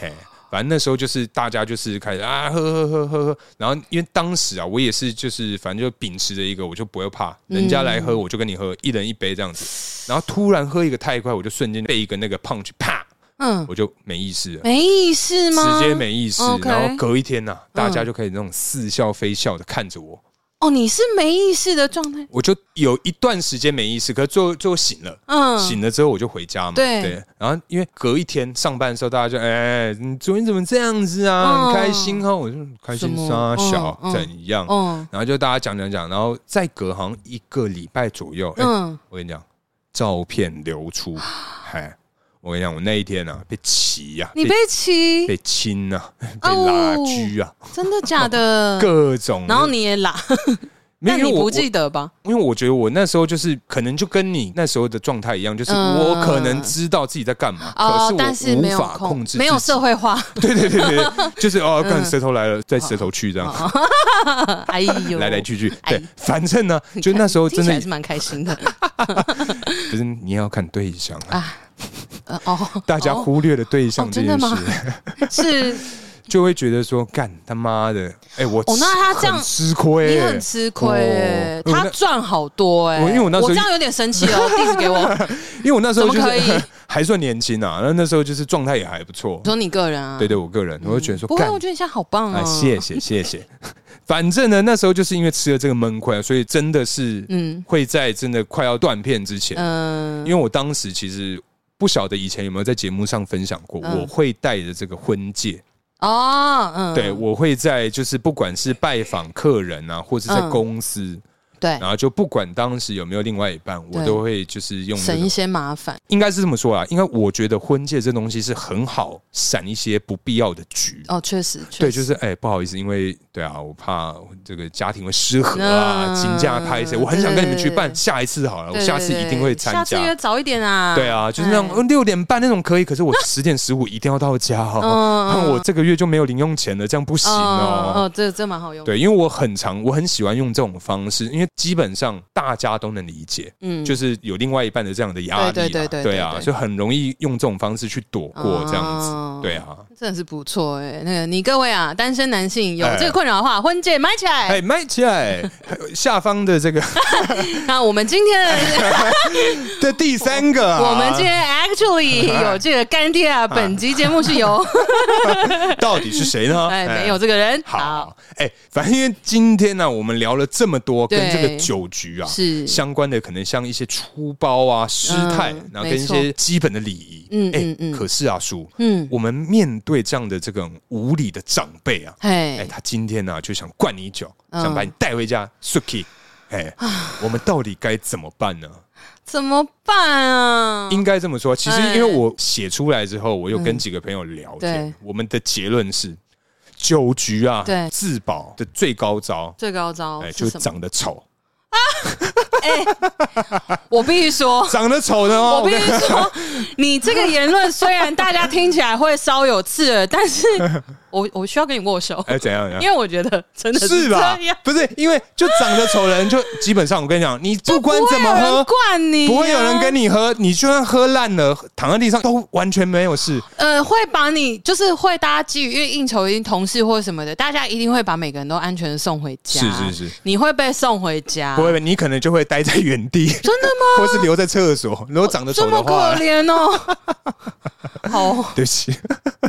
[SPEAKER 1] 嘿。反正那时候就是大家就是开始啊喝喝喝喝喝，然后因为当时啊我也是就是反正就秉持着一个我就不会怕，人家来喝我就跟你喝，一人一杯这样子，然后突然喝一个太快，我就瞬间被一个那个 punch 啪，
[SPEAKER 2] 嗯，
[SPEAKER 1] 我就没意识了。
[SPEAKER 2] 没意思吗？
[SPEAKER 1] 直接。没意识。
[SPEAKER 2] OK 嗯
[SPEAKER 1] 然后隔一天呐、大家就可以那种似笑非笑的看着我，
[SPEAKER 2] 哦，你是没意识的状态，
[SPEAKER 1] 我就有一段时间没意识，可是最后最后醒了。
[SPEAKER 2] 嗯，
[SPEAKER 1] 醒了之后我就回家嘛，
[SPEAKER 2] 对
[SPEAKER 1] 然后因为隔一天上班的时候，大家就哎、你昨天怎么这样子啊？
[SPEAKER 2] 嗯
[SPEAKER 1] 你开心哈？我就开心
[SPEAKER 2] 什
[SPEAKER 1] 啥
[SPEAKER 2] 么嗯
[SPEAKER 1] 小、
[SPEAKER 2] 嗯
[SPEAKER 1] 怎样？
[SPEAKER 2] 嗯
[SPEAKER 1] 然后就大家讲讲讲，然后再隔好像一个礼拜左右，哎
[SPEAKER 2] 嗯，
[SPEAKER 1] 我跟你讲，照片流 出，嗨，我跟你讲，我那一天啊被骑呀、
[SPEAKER 2] 你被哦骑，
[SPEAKER 1] 被亲啊，被拉锯啊，
[SPEAKER 2] 真的假的？
[SPEAKER 1] 哦各种。
[SPEAKER 2] 然后你也拉，
[SPEAKER 1] 没有，
[SPEAKER 2] 但
[SPEAKER 1] 因为
[SPEAKER 2] 你
[SPEAKER 1] 我
[SPEAKER 2] 不
[SPEAKER 1] 我
[SPEAKER 2] 记得吧？
[SPEAKER 1] 因为我觉得我那时候就是可能就跟你那时候的状态一样，就是
[SPEAKER 2] 嗯
[SPEAKER 1] 我可能知道自己在干嘛，
[SPEAKER 2] 哦，
[SPEAKER 1] 可
[SPEAKER 2] 但
[SPEAKER 1] 是
[SPEAKER 2] 是
[SPEAKER 1] 我
[SPEAKER 2] 没
[SPEAKER 1] 无
[SPEAKER 2] 有
[SPEAKER 1] 法控制，
[SPEAKER 2] 没有社，会 嗯化。
[SPEAKER 1] 对对对对， 对就是哦，看舌头来了，再舌头去这样，
[SPEAKER 2] 哎 呦，
[SPEAKER 1] 来来去去，
[SPEAKER 2] 哦哎
[SPEAKER 1] 对，反正呢，就那时候
[SPEAKER 2] 听
[SPEAKER 1] 真
[SPEAKER 2] 起
[SPEAKER 1] 的
[SPEAKER 2] 来是蛮开心的
[SPEAKER 1] 不是你也要看对象啊，
[SPEAKER 2] 啊。呃哦，
[SPEAKER 1] 大家忽略了对象
[SPEAKER 2] 哦
[SPEAKER 1] 这
[SPEAKER 2] 真的
[SPEAKER 1] 件事
[SPEAKER 2] 吗，是
[SPEAKER 1] 就会觉得说干他妈的，哎，我
[SPEAKER 2] 哦那他
[SPEAKER 1] 吃
[SPEAKER 2] 这样
[SPEAKER 1] 很吃亏
[SPEAKER 2] 你
[SPEAKER 1] 欸，
[SPEAKER 2] 很吃亏欸
[SPEAKER 1] 哦，我
[SPEAKER 2] 他
[SPEAKER 1] 那
[SPEAKER 2] 赚好多哎。
[SPEAKER 1] 我因为我那时候
[SPEAKER 2] 这样有点生气 哦，地址给我。
[SPEAKER 1] 因为我那时候就
[SPEAKER 2] 怎么可以
[SPEAKER 1] 是 还算年轻啊，然后那时候就是状态也还不错
[SPEAKER 2] 你，说你个人啊？
[SPEAKER 1] 对对，我个人我就觉得说
[SPEAKER 2] 不会，
[SPEAKER 1] 干
[SPEAKER 2] 我觉得你现在好棒
[SPEAKER 1] 啊，
[SPEAKER 2] 哦。
[SPEAKER 1] 谢谢谢谢。 反正呢，那时候就是因为吃了这个闷亏，啊所以真的是
[SPEAKER 2] 嗯
[SPEAKER 1] 会在真的快要断片之前，
[SPEAKER 2] 嗯
[SPEAKER 1] 因为我当时其实不晓得以前有没有在节目上分享过，
[SPEAKER 2] 嗯
[SPEAKER 1] 我会戴着这个婚戒，
[SPEAKER 2] 哦嗯，
[SPEAKER 1] 对我会在就是不管是拜访客人啊，或是在
[SPEAKER 2] 嗯
[SPEAKER 1] 公司，
[SPEAKER 2] 对，
[SPEAKER 1] 然后就不管当时有没有另外一半，我
[SPEAKER 2] 对
[SPEAKER 1] 都会就是用、那
[SPEAKER 2] 省
[SPEAKER 1] 个
[SPEAKER 2] 一些麻烦。
[SPEAKER 1] 应该是这么说啦，因为我觉得婚戒这东西是很好闪一些不必要的局。
[SPEAKER 2] 哦，确实，确
[SPEAKER 1] 对，
[SPEAKER 2] 实
[SPEAKER 1] 就是哎、不好意思，因为对啊，我怕这个家庭会失和啊，
[SPEAKER 2] 嗯
[SPEAKER 1] 请假拍谁，我很想跟你们去办
[SPEAKER 2] 对对对
[SPEAKER 1] 下一次好了，我
[SPEAKER 2] 对
[SPEAKER 1] 下次一定会参
[SPEAKER 2] 下次约
[SPEAKER 1] 加。
[SPEAKER 2] 早一点啊。
[SPEAKER 1] 对啊，就是那
[SPEAKER 2] 哎
[SPEAKER 1] 种六点半那种可以，可是我十点十五一定要到家哦，
[SPEAKER 2] 嗯
[SPEAKER 1] 那我这个月就没有零用钱了，这样不行
[SPEAKER 2] 哦
[SPEAKER 1] 哦。
[SPEAKER 2] 哦，这这蛮好用。，
[SPEAKER 1] 对，因为我很常，我很喜欢用这种方式，因为基本上大家都能理解，
[SPEAKER 2] 嗯
[SPEAKER 1] 就是有另外一半的这样的压力啊，
[SPEAKER 2] 对对对对
[SPEAKER 1] 对啊，
[SPEAKER 2] 对对
[SPEAKER 1] 所以很容易用这种方式去躲过这样子，
[SPEAKER 2] 哦
[SPEAKER 1] 对啊。
[SPEAKER 2] 真的是不错哎、那个你各位啊，单身男性有
[SPEAKER 1] 哎
[SPEAKER 2] 这个困扰的话，婚戒买起来。
[SPEAKER 1] 哎，卖起来！ 下方的这个
[SPEAKER 2] 那我们今天
[SPEAKER 1] 哎
[SPEAKER 2] 的、
[SPEAKER 1] 这第三个啊，
[SPEAKER 2] 我们今天 actually
[SPEAKER 1] 哎
[SPEAKER 2] 有这个干爹啊，本集节目是由
[SPEAKER 1] 到底是谁呢？
[SPEAKER 2] 哎没有这个人，
[SPEAKER 1] 好，哎，反正因为今天呢，我们聊了这么多
[SPEAKER 2] 对
[SPEAKER 1] 跟这个酒局啊
[SPEAKER 2] 是
[SPEAKER 1] 相关的，可能像一些粗包啊、失态
[SPEAKER 2] 嗯，
[SPEAKER 1] 然后跟一
[SPEAKER 2] 没错
[SPEAKER 1] 些基本的礼仪。
[SPEAKER 2] 嗯
[SPEAKER 1] 哎
[SPEAKER 2] 嗯嗯
[SPEAKER 1] 可是啊，叔，
[SPEAKER 2] 嗯，
[SPEAKER 1] 我们面对这样的这种无理的长辈啊，哎、
[SPEAKER 2] 嘿，
[SPEAKER 1] 他今天呢、就想灌你酒，
[SPEAKER 2] 嗯啊
[SPEAKER 1] 想把你带回家，Suki。哎，我们到底该怎么办呢？
[SPEAKER 2] 怎么办啊？
[SPEAKER 1] 应该这么说，其实因
[SPEAKER 2] 哎
[SPEAKER 1] 为我写出来之后，我有跟几个朋友聊天，
[SPEAKER 2] 对
[SPEAKER 1] 我们的结论是，酒局啊，
[SPEAKER 2] 对
[SPEAKER 1] 自保的最高招，
[SPEAKER 2] 最高招
[SPEAKER 1] 哎，就是是
[SPEAKER 2] 什么？
[SPEAKER 1] 长得丑，
[SPEAKER 2] 我必须说，
[SPEAKER 1] 长得丑的哦，
[SPEAKER 2] 我
[SPEAKER 1] 我
[SPEAKER 2] 必
[SPEAKER 1] 跟
[SPEAKER 2] 须说，你这个言论虽然大家听起来会稍有刺耳，但 是我我需要跟你握手，
[SPEAKER 1] 哎，怎样怎
[SPEAKER 2] 因
[SPEAKER 1] 样？
[SPEAKER 2] 为我觉得真的
[SPEAKER 1] 是
[SPEAKER 2] 这
[SPEAKER 1] 吧
[SPEAKER 2] 样。？
[SPEAKER 1] 不是，因为就长得丑的人，就基本上我跟你 讲，你不管
[SPEAKER 2] 会
[SPEAKER 1] 怎么
[SPEAKER 2] 有人
[SPEAKER 1] 喝，
[SPEAKER 2] 灌你、啊
[SPEAKER 1] 不会有人跟。你喝，你就算喝烂了，躺在地上都完全没有事。
[SPEAKER 2] 呃，会把你就是会大家基于因为应酬一定同事或什么的，大家一定会把每个人都安全地送回家。
[SPEAKER 1] 是是是，
[SPEAKER 2] 你会被送回家。
[SPEAKER 1] 不会，你可能就会待在原 地，
[SPEAKER 2] 真的吗？
[SPEAKER 1] 或是留在厕所。如果长得
[SPEAKER 2] 这
[SPEAKER 1] 丑
[SPEAKER 2] 么
[SPEAKER 1] 的
[SPEAKER 2] 可
[SPEAKER 1] 话，
[SPEAKER 2] 怜哦。好
[SPEAKER 1] 对不起，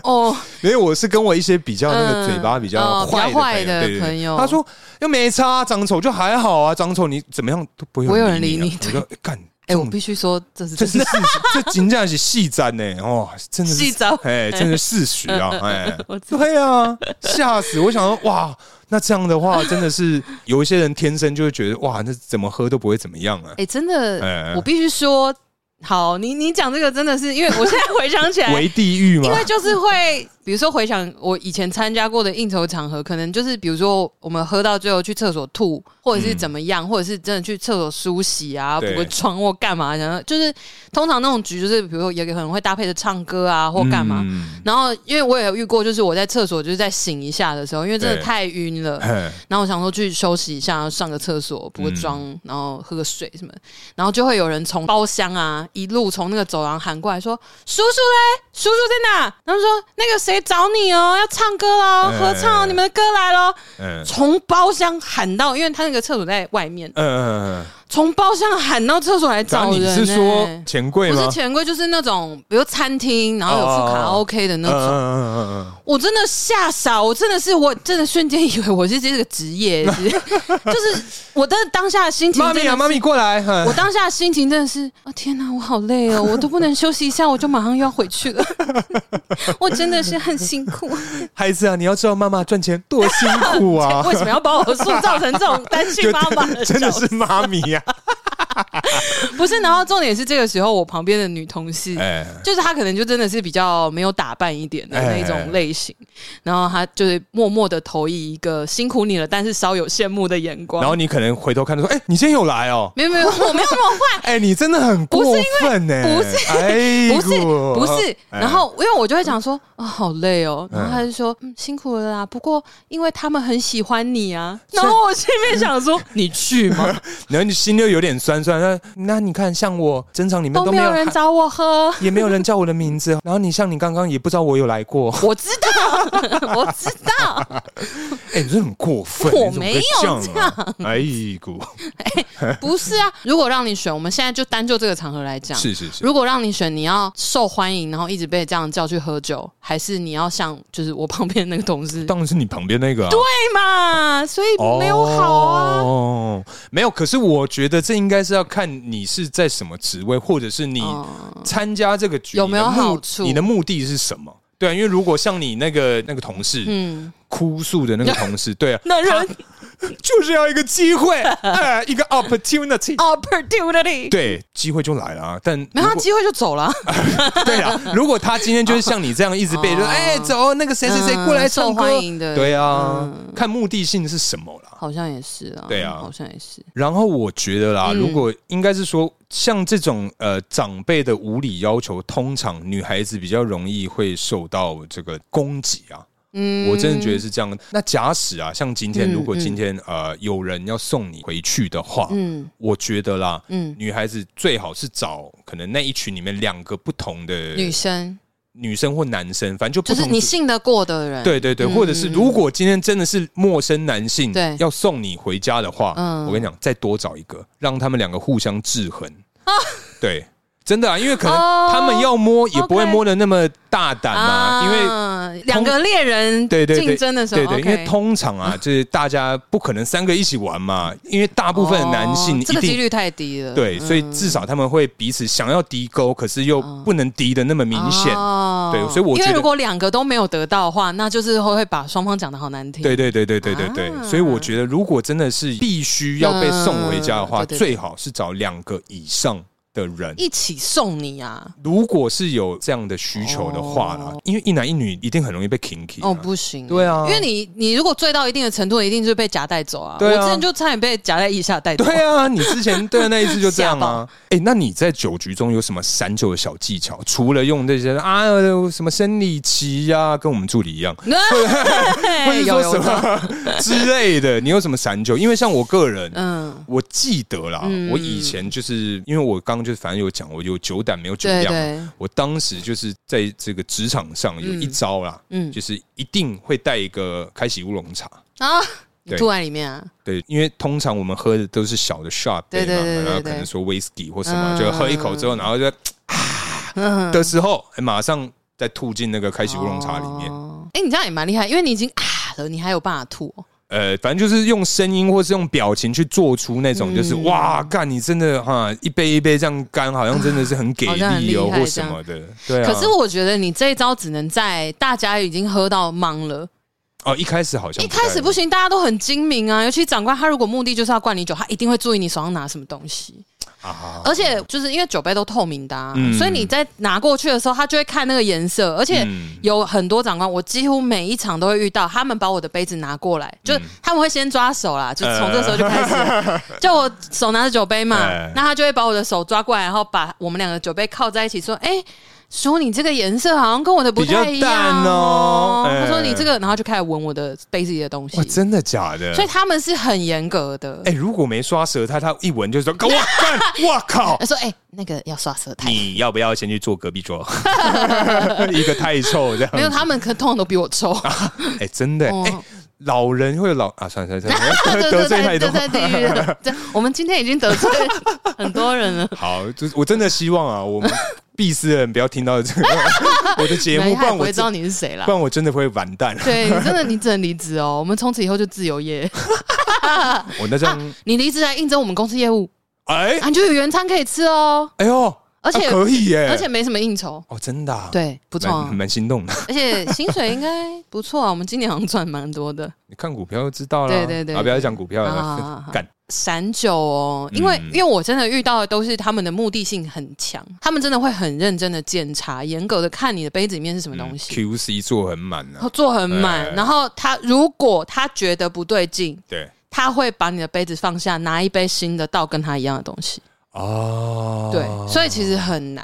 [SPEAKER 2] 哦，
[SPEAKER 1] 因为我是跟我一些比较那个
[SPEAKER 2] 嗯
[SPEAKER 1] 嘴巴比较
[SPEAKER 2] 哦
[SPEAKER 1] 坏的
[SPEAKER 2] 比较坏的
[SPEAKER 1] 对对对
[SPEAKER 2] 朋友
[SPEAKER 1] 他说又没差，长丑就还好啊，长丑你怎么样都不会
[SPEAKER 2] 不会有
[SPEAKER 1] 人
[SPEAKER 2] 人理
[SPEAKER 1] 你
[SPEAKER 2] 你
[SPEAKER 1] 啊。我说干
[SPEAKER 2] 哎，我必须说这是
[SPEAKER 1] 这
[SPEAKER 2] 真
[SPEAKER 1] 是
[SPEAKER 2] 的，
[SPEAKER 1] 事 实，这真正是细战呢，哦，真的是
[SPEAKER 2] 细战
[SPEAKER 1] 哎，真的是事实 啊，哎
[SPEAKER 2] 我，知
[SPEAKER 1] 对啊，吓死！我想说，哇，那这样的话，真的是有一些人天生就会觉得，哇，那怎么喝都不会怎么样啊，
[SPEAKER 2] 哎，真
[SPEAKER 1] 哎
[SPEAKER 2] 的，我必须说，好，你你讲这个真的是，因为我现在回想起来，
[SPEAKER 1] 为地狱吗
[SPEAKER 2] 因？为就是会，比如说回想我以前参加过的应酬场合，可能就是比如说我们喝到最后去厕所吐，或者是怎么样，或者是真的去厕所梳洗啊，补
[SPEAKER 1] 嗯对
[SPEAKER 2] 个妆或干嘛，然后就是通常那种局就是，比如说也可能会搭配着唱歌啊或干嘛。
[SPEAKER 1] 嗯
[SPEAKER 2] 然后，因为我也有遇过，就是我在厕所就是在醒一下的时候，因为真的
[SPEAKER 1] 对
[SPEAKER 2] 太晕了，
[SPEAKER 1] 哎
[SPEAKER 2] 然后我想说去休息一下，然后上个厕所，补个
[SPEAKER 1] 嗯
[SPEAKER 2] 妆，然后喝个水什么的，然后就会有人从包厢啊一路从那个走廊喊过来说：“叔叔嘞，叔叔在哪？”然后说：“那个谁找你哦，要唱歌喽，
[SPEAKER 1] 哎
[SPEAKER 2] 合唱哦，你们的歌来喽。
[SPEAKER 1] 嗯”
[SPEAKER 2] 从包厢喊到，因为他那个厕所在外面，
[SPEAKER 1] 嗯嗯，
[SPEAKER 2] 从包厢喊到厕所来
[SPEAKER 1] 然
[SPEAKER 2] 找
[SPEAKER 1] 后
[SPEAKER 2] 人、
[SPEAKER 1] 你
[SPEAKER 2] 欸。
[SPEAKER 1] 是说钱柜
[SPEAKER 2] 不
[SPEAKER 1] 吗哦
[SPEAKER 2] 是？钱柜，就是那种比如餐厅，然后有副卡拉 OK 的那
[SPEAKER 1] 嗯
[SPEAKER 2] 种。
[SPEAKER 1] 嗯嗯嗯
[SPEAKER 2] 我真的吓傻，我真的是，我真的瞬间以为我是这个职业， 是就是我的当下的心
[SPEAKER 1] 嗯，
[SPEAKER 2] 情
[SPEAKER 1] 妈
[SPEAKER 2] 真
[SPEAKER 1] 咪
[SPEAKER 2] 的
[SPEAKER 1] 啊，
[SPEAKER 2] 是
[SPEAKER 1] 妈咪过来，
[SPEAKER 2] 我
[SPEAKER 1] 我
[SPEAKER 2] 当下的心情真的是啊，天哪，我好累哦，我都不能休息一下，我就马上又要回去 了，我真的是很辛苦。
[SPEAKER 1] 孩子啊，你要知道妈妈赚钱多辛苦 啊，
[SPEAKER 2] 为什么要把我塑造成这种单亲妈妈 的
[SPEAKER 1] 真的
[SPEAKER 2] 角色
[SPEAKER 1] 是妈咪啊 呀，
[SPEAKER 2] 不是？然后重点是这个时候，我旁边的女同事，
[SPEAKER 1] 哎，
[SPEAKER 2] 就是她可能就真的是比较没有打扮一点的那种类型，
[SPEAKER 1] 哎
[SPEAKER 2] 然后她就是默默的投以一个辛苦你了，但是稍有羡慕的眼光
[SPEAKER 1] 然。后你可能回头看说，哎，你今天有来 哦，
[SPEAKER 2] 没有没有，我没有那么坏，
[SPEAKER 1] 哎、你真的很过分呢、
[SPEAKER 2] 不是
[SPEAKER 1] 哎呦
[SPEAKER 2] 不是不是。
[SPEAKER 1] 哎
[SPEAKER 2] 然后因为我就会讲说啊、好累哦，然后他就说嗯辛苦了啦，不过因为他们很喜欢你啊，然后我心里面想说你去吗？
[SPEAKER 1] 然后你心就有点酸酸。那那你看，像我整场里面
[SPEAKER 2] 都
[SPEAKER 1] 都
[SPEAKER 2] 没
[SPEAKER 1] 没
[SPEAKER 2] 有
[SPEAKER 1] 有
[SPEAKER 2] 人找我喝，
[SPEAKER 1] 也没有人叫我的名字。 然后你像你刚刚也不知道我有来 过，
[SPEAKER 2] 我知道我知道，
[SPEAKER 1] 哎、你真的很过分、
[SPEAKER 2] 我
[SPEAKER 1] 你怎么
[SPEAKER 2] 没
[SPEAKER 1] 可以
[SPEAKER 2] 有
[SPEAKER 1] 这样、啊。哎 呦，
[SPEAKER 2] 不是啊。如果让你选，我们现在就单就这个场合来讲。
[SPEAKER 1] 是是是，
[SPEAKER 2] 如果让你选，你要受欢迎，然后一直被这样叫去喝酒，还是你要像就是我旁边那个同事？
[SPEAKER 1] 当然是你旁边那个、啊。对。
[SPEAKER 2] 对嘛，所以没有好啊。
[SPEAKER 1] 哦，没有。可是我觉得这应该是要看你是在什么职位，或者是你
[SPEAKER 2] 哦
[SPEAKER 1] 参加这个局
[SPEAKER 2] 有没有
[SPEAKER 1] 你的目
[SPEAKER 2] 好处
[SPEAKER 1] 你的目的是什么？对啊，因为如果像你那个那个同事，
[SPEAKER 2] 嗯，
[SPEAKER 1] 哭诉的那个同 事，对啊，
[SPEAKER 2] 那人
[SPEAKER 1] 就是要一个机会， 哎，一个 opportunity。
[SPEAKER 2] opportunity，
[SPEAKER 1] 对，机会就来了啊！但
[SPEAKER 2] 哦
[SPEAKER 1] 如
[SPEAKER 2] 没有
[SPEAKER 1] 果
[SPEAKER 2] 他机会就走了，
[SPEAKER 1] 对 啊，如果他今天就是像你这样一直被
[SPEAKER 2] 哦
[SPEAKER 1] 说，哎，走，那个谁谁谁
[SPEAKER 2] 嗯
[SPEAKER 1] 过来
[SPEAKER 2] 受
[SPEAKER 1] 唱歌
[SPEAKER 2] 欢，迎的，
[SPEAKER 1] 对啊
[SPEAKER 2] 嗯，
[SPEAKER 1] 看目的性是什么啦。
[SPEAKER 2] 好像也是啊，
[SPEAKER 1] 对啊
[SPEAKER 2] 好像也是，
[SPEAKER 1] 然后我觉得啦，
[SPEAKER 2] 嗯
[SPEAKER 1] 如果应该是说，像这种呃长辈的无理要求，通常女孩子比较容易会受到这个攻击啊。
[SPEAKER 2] 嗯
[SPEAKER 1] 我真的觉得是这样。那假使啊，像今天，
[SPEAKER 2] 嗯
[SPEAKER 1] 如果
[SPEAKER 2] 嗯
[SPEAKER 1] 今天呃有人要送你回去的话，
[SPEAKER 2] 嗯
[SPEAKER 1] 我觉得啦，
[SPEAKER 2] 嗯，
[SPEAKER 1] 女孩子最好是找可能那一群里面两个不同的
[SPEAKER 2] 女生
[SPEAKER 1] 女生或男生，反正就
[SPEAKER 2] 就
[SPEAKER 1] 不
[SPEAKER 2] 是
[SPEAKER 1] 同
[SPEAKER 2] 你
[SPEAKER 1] 组。
[SPEAKER 2] 信得过的人，
[SPEAKER 1] 对对对，
[SPEAKER 2] 嗯
[SPEAKER 1] 或者是如果今天真的是陌生男性
[SPEAKER 2] 对
[SPEAKER 1] 要送你回家的话，
[SPEAKER 2] 嗯
[SPEAKER 1] 我跟你讲，再多找一个，让他们两个互相制衡。对，真的啊，因为可能
[SPEAKER 2] 啊哦
[SPEAKER 1] 他们要摸也不会
[SPEAKER 2] OK
[SPEAKER 1] 摸的那么大胆嘛，因为
[SPEAKER 2] 为啊两个猎人
[SPEAKER 1] 对对对
[SPEAKER 2] 竞争的时候，
[SPEAKER 1] 对对，因
[SPEAKER 2] OK
[SPEAKER 1] 为通常 啊，就是大家不可能三个一起玩嘛，因为大部分的男性
[SPEAKER 2] 哦
[SPEAKER 1] 一
[SPEAKER 2] 这个几
[SPEAKER 1] 定。
[SPEAKER 2] 率嗯太低了，
[SPEAKER 1] 对，所以至少他们会彼此想要敌勾，可是又不能敌的那么明显。
[SPEAKER 2] 哦
[SPEAKER 1] 对所以我觉
[SPEAKER 2] 因
[SPEAKER 1] 得
[SPEAKER 2] 为如果两个都没有得到的话，那就是会会把双方讲的好难听，
[SPEAKER 1] 对对对对对对对，
[SPEAKER 2] 啊
[SPEAKER 1] 所以我觉得如果真的是必须要被送回家的话，
[SPEAKER 2] 嗯对对对
[SPEAKER 1] 最好是找两个以上的人。
[SPEAKER 2] 一起送你啊，
[SPEAKER 1] 如果是有这样的需求的话啦，
[SPEAKER 2] 哦
[SPEAKER 1] 因为一男一女一定很容易被 kinky 啊、
[SPEAKER 2] 哦不行，
[SPEAKER 1] 对啊
[SPEAKER 2] 因为你你如果醉到一定的程度，一定就是被夹带走啊。
[SPEAKER 1] 对啊
[SPEAKER 2] 我之前就差点被夹在腋下带走。
[SPEAKER 1] 对啊，你之前对啊那一次就这样
[SPEAKER 2] 吓
[SPEAKER 1] 啊
[SPEAKER 2] 爆。
[SPEAKER 1] 哎、那你在酒局中有什么散酒的小技巧？除了用这些啊什么生理期呀、跟我们助理一样， 或者
[SPEAKER 2] 哎
[SPEAKER 1] 说
[SPEAKER 2] 有有
[SPEAKER 1] 什
[SPEAKER 2] 有
[SPEAKER 1] 么 之类的，你有什么散酒？因为像我个人。
[SPEAKER 2] 嗯，
[SPEAKER 1] 我记得啦，
[SPEAKER 2] 嗯
[SPEAKER 1] 我以前就是因为我刚刚就是反正有讲，我有酒胆没有酒
[SPEAKER 2] 对
[SPEAKER 1] 量嘛，
[SPEAKER 2] 对，
[SPEAKER 1] 我当时就是在这个职场上有一招啦，
[SPEAKER 2] 嗯
[SPEAKER 1] 就是一定会带一个开喜乌龙茶。
[SPEAKER 2] 啊，你
[SPEAKER 1] 对
[SPEAKER 2] 吐在里面啊，
[SPEAKER 1] 对，因为通常我们喝的都是小的 shot
[SPEAKER 2] 对对
[SPEAKER 1] 嘛
[SPEAKER 2] 对对
[SPEAKER 1] 然后
[SPEAKER 2] 对
[SPEAKER 1] 可能说 whisky 或什么，
[SPEAKER 2] 嗯
[SPEAKER 1] 就喝一口之后，然后就啊
[SPEAKER 2] 嗯，
[SPEAKER 1] 的时候，哎马上再吐进那个开喜乌龙茶里面。
[SPEAKER 2] 哦。哎，你这样也蛮厉害，因为你已经啊了，你还有办法吐哦。
[SPEAKER 1] 呃，反正就是用声音或是用表情去做出那种，就是、
[SPEAKER 2] 嗯
[SPEAKER 1] 哇，干你真的哈，一杯一杯这样干，好像真的是很给
[SPEAKER 2] 好像很
[SPEAKER 1] 力哦，
[SPEAKER 2] 厉害
[SPEAKER 1] 或什么的。对啊，
[SPEAKER 2] 可是我觉得你这一招只能在大家已经喝到懵了，
[SPEAKER 1] 哦，一开始好像
[SPEAKER 2] 一开始不
[SPEAKER 1] 行，
[SPEAKER 2] 行，大家都很精明啊。尤其长官，他如果目的就是要灌你酒，他一定会注意你手上拿什么东西。
[SPEAKER 1] 啊
[SPEAKER 2] 而且就是因为酒杯都透明的、啊，
[SPEAKER 1] 嗯
[SPEAKER 2] 所以你在拿过去的时候，他就会看那个颜色。而且
[SPEAKER 1] 嗯
[SPEAKER 2] 有很多长官，我几乎每一场都会遇到，他们把我的杯子拿过来，
[SPEAKER 1] 嗯
[SPEAKER 2] 就是他们会先抓手啦，就是从这时候就开始 了，就我手拿着酒杯嘛
[SPEAKER 1] 呃哎，
[SPEAKER 2] 那他就会把我的手抓过来，然后把我们两个酒杯靠在一起，说：“哎、叔，你这个颜色好像跟我的不太一
[SPEAKER 1] 比较淡
[SPEAKER 2] 样
[SPEAKER 1] 哦
[SPEAKER 2] 哦。”
[SPEAKER 1] 哎
[SPEAKER 2] 他说：“你这个。”然后就开始闻我的杯子里的东西
[SPEAKER 1] 哇，，哦真的假的？
[SPEAKER 2] 所以他们是很严格的。
[SPEAKER 1] 哎、如果没刷舌苔，他一闻就说：“ 哇干，哇靠
[SPEAKER 2] 他！说：“哎、那个要刷舌苔。”
[SPEAKER 1] 你要不要先去坐隔壁桌？ 一个太臭这样。
[SPEAKER 2] 没有，他们可通常都比我臭。
[SPEAKER 1] 哎、真的、哎、
[SPEAKER 2] 哦
[SPEAKER 1] 老人会有老啊，算了算了算了，
[SPEAKER 2] 对 对
[SPEAKER 1] 得罪太
[SPEAKER 2] 对
[SPEAKER 1] 多
[SPEAKER 2] 对。对，地狱了。 对，我们今天已经得罪很多人了。
[SPEAKER 1] 好，就是我真的希望啊，我们必斯人不要听到这 个我的 节
[SPEAKER 2] 没
[SPEAKER 1] 目，不
[SPEAKER 2] 他也
[SPEAKER 1] 然
[SPEAKER 2] 不
[SPEAKER 1] 我
[SPEAKER 2] 会知
[SPEAKER 1] 真
[SPEAKER 2] 道啊你是谁啦
[SPEAKER 1] 不。然我真的会完蛋。
[SPEAKER 2] 对，你真的你只能离职哦。我 们从此以后就自 由业。
[SPEAKER 1] 我那张
[SPEAKER 2] 你离职来应征我们公司业务，
[SPEAKER 1] 哎
[SPEAKER 2] 啊啊，你就有原餐可以吃哦，
[SPEAKER 1] 哎呦，
[SPEAKER 2] 而且
[SPEAKER 1] 啊可以耶，
[SPEAKER 2] 而且没什么应酬。
[SPEAKER 1] 哦，真的啊
[SPEAKER 2] 对，不错
[SPEAKER 1] 蛮
[SPEAKER 2] 啊，
[SPEAKER 1] 蛮心动的。
[SPEAKER 2] 而且薪水应该不错啊。我们今年好像赚蛮多的。
[SPEAKER 1] 你看股票就知道了，
[SPEAKER 2] 对对对啊
[SPEAKER 1] 啊，不要讲股票
[SPEAKER 2] 好好好
[SPEAKER 1] 了
[SPEAKER 2] 好，
[SPEAKER 1] 干
[SPEAKER 2] 散酒哦，因为、
[SPEAKER 1] 嗯
[SPEAKER 2] 因为我真的遇到的都是他们的目的性很强，他们真的会很认真的检查，严格的看你的杯子里面是什么东西。
[SPEAKER 1] QC 做很满
[SPEAKER 2] 然
[SPEAKER 1] 啊
[SPEAKER 2] 后，做很满，
[SPEAKER 1] 哎
[SPEAKER 2] 然后他如果他觉得不对劲，
[SPEAKER 1] 对
[SPEAKER 2] 他会把你的杯子放下，拿一杯新的倒跟他一样的东西。
[SPEAKER 1] 哦，
[SPEAKER 2] 对，所以其实很难。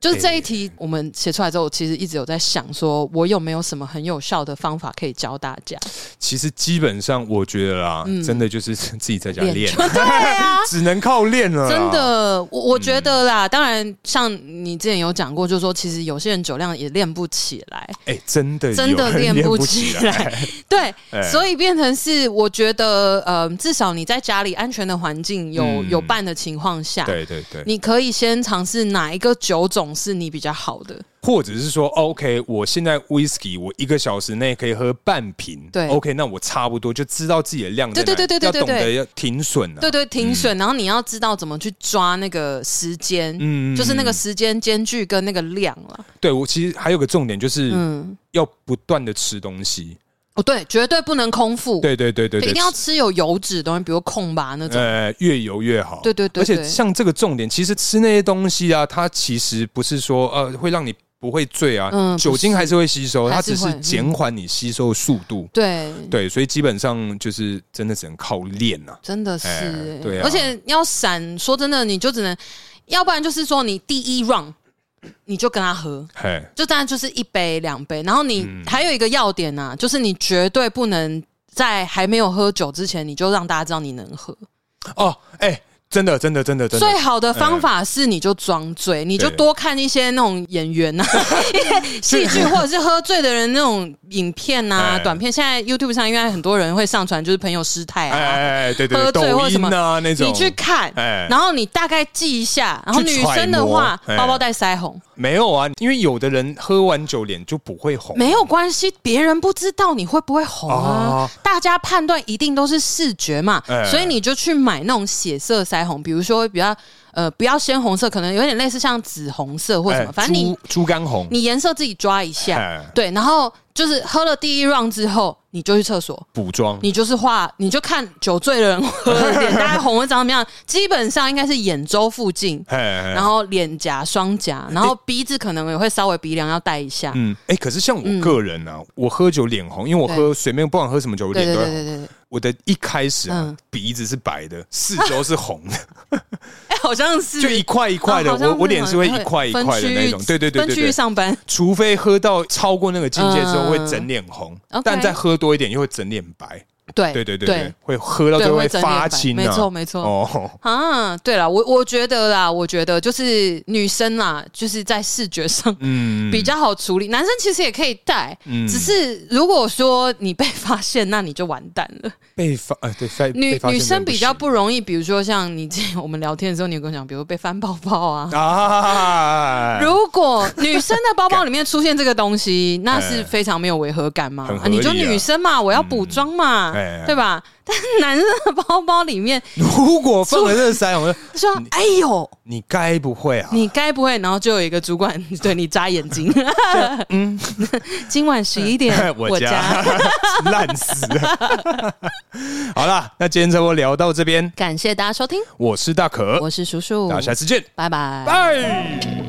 [SPEAKER 2] 就是这一题，我们写出来之后，其实一直有在想，说我有没有什么很有效的方法可以教大家
[SPEAKER 1] 其实基本上我觉得啦，真的就是 自己在家练
[SPEAKER 2] 就，嗯 对啊，
[SPEAKER 1] 只能靠练了啦。
[SPEAKER 2] 真的，我
[SPEAKER 1] 嗯
[SPEAKER 2] 我觉得啦，当然，像你之前有讲过，就是说，其实有些人酒量也练不起来，
[SPEAKER 1] 哎、真的
[SPEAKER 2] 真的
[SPEAKER 1] 有人
[SPEAKER 2] 练
[SPEAKER 1] 不
[SPEAKER 2] 不起
[SPEAKER 1] 来。
[SPEAKER 2] 来，对，
[SPEAKER 1] 哎
[SPEAKER 2] 所以变成是，我觉得，呃，至少你在家里安全的环境有、
[SPEAKER 1] 嗯
[SPEAKER 2] 有伴的情况 下，
[SPEAKER 1] 对对对，
[SPEAKER 2] 你可以先尝试哪一个酒种是你比较好的，
[SPEAKER 1] 或者是说，OK，我现在 whisky 我一个小时内可以喝半瓶，
[SPEAKER 2] 对
[SPEAKER 1] ，OK，那我差不多就知道自己的量在哪里，
[SPEAKER 2] 对对对对对
[SPEAKER 1] 要懂得
[SPEAKER 2] 对
[SPEAKER 1] 要停损啊，
[SPEAKER 2] 对对，停损，然后你要知道怎么去抓那个时间，
[SPEAKER 1] 嗯
[SPEAKER 2] 就是那个时间间距跟那个量了，
[SPEAKER 1] 对我其实还有个重点就是、
[SPEAKER 2] 嗯，
[SPEAKER 1] 要不断的吃东西，
[SPEAKER 2] 哦，对，绝对不能空腹，
[SPEAKER 1] 对对对对对，
[SPEAKER 2] 一定要吃有油脂的东西，比如空吧那种。
[SPEAKER 1] 呃，越油越好。
[SPEAKER 2] 对对对
[SPEAKER 1] 而且
[SPEAKER 2] 对
[SPEAKER 1] 像这个重点，其实吃那些东西啊，它其实不是说呃会让你不会醉啊，
[SPEAKER 2] 嗯
[SPEAKER 1] 酒精还是会吸收，它
[SPEAKER 2] 还是
[SPEAKER 1] 只
[SPEAKER 2] 会嗯
[SPEAKER 1] 是减缓你吸收的速度。
[SPEAKER 2] 对，
[SPEAKER 1] 对，所以基本上就是真的只能靠练呐、啊。
[SPEAKER 2] 真的是、
[SPEAKER 1] 哎
[SPEAKER 2] 欸
[SPEAKER 1] 对啊
[SPEAKER 2] 而且要闪，说真的，你就只能，要不然就是说你第一 round 你就跟他喝，
[SPEAKER 1] 嘿，
[SPEAKER 2] 就当然就是一杯两杯，然后你、
[SPEAKER 1] 嗯
[SPEAKER 2] 还有一个要点呐、啊，就是你绝对不能。在还没有喝酒之前，你就让大家知道你能喝。
[SPEAKER 1] 哦，哎、真的，真的，真的，真的
[SPEAKER 2] 最。好的方法是，你就装醉，你就
[SPEAKER 1] 对
[SPEAKER 2] 多看一些那种演 员呐、戏剧或者是喝醉的人那种影片呐、
[SPEAKER 1] 哎
[SPEAKER 2] 短片。现在 YouTube 上，因为很多人会上传，就是朋友失态
[SPEAKER 1] 哎
[SPEAKER 2] 啊，
[SPEAKER 1] 哎哎，对对对，
[SPEAKER 2] 喝醉
[SPEAKER 1] 抖
[SPEAKER 2] 或什
[SPEAKER 1] 音
[SPEAKER 2] 么
[SPEAKER 1] 啊那种，
[SPEAKER 2] 你去看，
[SPEAKER 1] 哎
[SPEAKER 2] 然后你大概记一下，然后女生的话
[SPEAKER 1] 去揣摩，哎
[SPEAKER 2] 包包带腮红
[SPEAKER 1] 没有啊？因为有的人喝完酒脸就不会红，
[SPEAKER 2] 没有关系，别人不知道你会不会红啊
[SPEAKER 1] 哦，
[SPEAKER 2] 大家判断一定都是视觉嘛
[SPEAKER 1] 哎，
[SPEAKER 2] 所以你就去买那种血色腮红，比如说比较呃不要鲜红色，可能有点类似像紫红色或什么，
[SPEAKER 1] 哎
[SPEAKER 2] 反正你
[SPEAKER 1] 猪猪肝红，
[SPEAKER 2] 你颜色自己抓一下
[SPEAKER 1] 哎，
[SPEAKER 2] 对，然后就是喝了第一 round 之后，你就去厕所，
[SPEAKER 1] 补妆
[SPEAKER 2] 你就是画，你就看酒醉的人喝 的脸大概红会长什么样，基本上应该是眼周附近，
[SPEAKER 1] 嘿嘿
[SPEAKER 2] 然后脸颊、双颊，然后鼻子可能也会稍微鼻梁要带一下。
[SPEAKER 1] 哎嗯，哎、可是像我个人呢、啊，我喝酒脸红，因为我喝
[SPEAKER 2] 对
[SPEAKER 1] 随便不管喝什么酒，我
[SPEAKER 2] 对
[SPEAKER 1] 脸
[SPEAKER 2] 对
[SPEAKER 1] 都
[SPEAKER 2] 对
[SPEAKER 1] 会
[SPEAKER 2] 对
[SPEAKER 1] 红。
[SPEAKER 2] 对对，
[SPEAKER 1] 我的一开始、啊
[SPEAKER 2] 嗯
[SPEAKER 1] 鼻子是白的，四周是红的，
[SPEAKER 2] 哎， 好像 是
[SPEAKER 1] 就一块一块的，
[SPEAKER 2] 哦好像
[SPEAKER 1] 我我脸是会
[SPEAKER 2] 好
[SPEAKER 1] 一
[SPEAKER 2] 像
[SPEAKER 1] 块一块的那种
[SPEAKER 2] 分。区
[SPEAKER 1] 对对对
[SPEAKER 2] 分
[SPEAKER 1] 对
[SPEAKER 2] 区域
[SPEAKER 1] 对。
[SPEAKER 2] 上班，
[SPEAKER 1] 除非喝到超过那个境界之后
[SPEAKER 2] 嗯
[SPEAKER 1] 会整脸红，
[SPEAKER 2] OK
[SPEAKER 1] 但再喝多一点又会整脸白。
[SPEAKER 2] 对
[SPEAKER 1] 对对对对
[SPEAKER 2] 哎对，
[SPEAKER 1] 会喝到
[SPEAKER 2] 对
[SPEAKER 1] 最后
[SPEAKER 2] 会整脸
[SPEAKER 1] 发
[SPEAKER 2] 白
[SPEAKER 1] 青啊，
[SPEAKER 2] 没错没错
[SPEAKER 1] 哦，
[SPEAKER 2] 啊，对了，我我觉得啦，我觉得就是女生啦，就是在视觉上
[SPEAKER 1] 嗯，
[SPEAKER 2] 比较好处理，男生其实也可以戴，
[SPEAKER 1] 嗯
[SPEAKER 2] 只是如果说你被发现，那你就完蛋了。
[SPEAKER 1] 被发呃对被被
[SPEAKER 2] 女
[SPEAKER 1] 发现
[SPEAKER 2] 女生
[SPEAKER 1] 真的
[SPEAKER 2] 比较
[SPEAKER 1] 不
[SPEAKER 2] 不容易，比如说像你之前我们聊天的时候，你有跟我讲，比如被翻包包啊，
[SPEAKER 1] 行啊，
[SPEAKER 2] 如果女生的包包里 面出现这个东西，那是非常没有违和感嘛
[SPEAKER 1] 哎很合？理啊
[SPEAKER 2] 你就女生嘛，我要补妆嘛，
[SPEAKER 1] 哎，
[SPEAKER 2] 对吧？ 但男生的包包里面
[SPEAKER 1] 如果放了这三，我说
[SPEAKER 2] 就说：“哎呦，
[SPEAKER 1] 你该不会啊？，
[SPEAKER 2] 你该不会？”然后就有一个主管对你眨眼睛。嗯， 今晚十一点
[SPEAKER 1] 我家烂死了。 好啦，那今天差不多聊到这边，
[SPEAKER 2] 感谢大家收听，
[SPEAKER 1] 我是大可，
[SPEAKER 2] 我是叔叔
[SPEAKER 1] 那，下次见，
[SPEAKER 2] 拜拜。
[SPEAKER 1] 拜。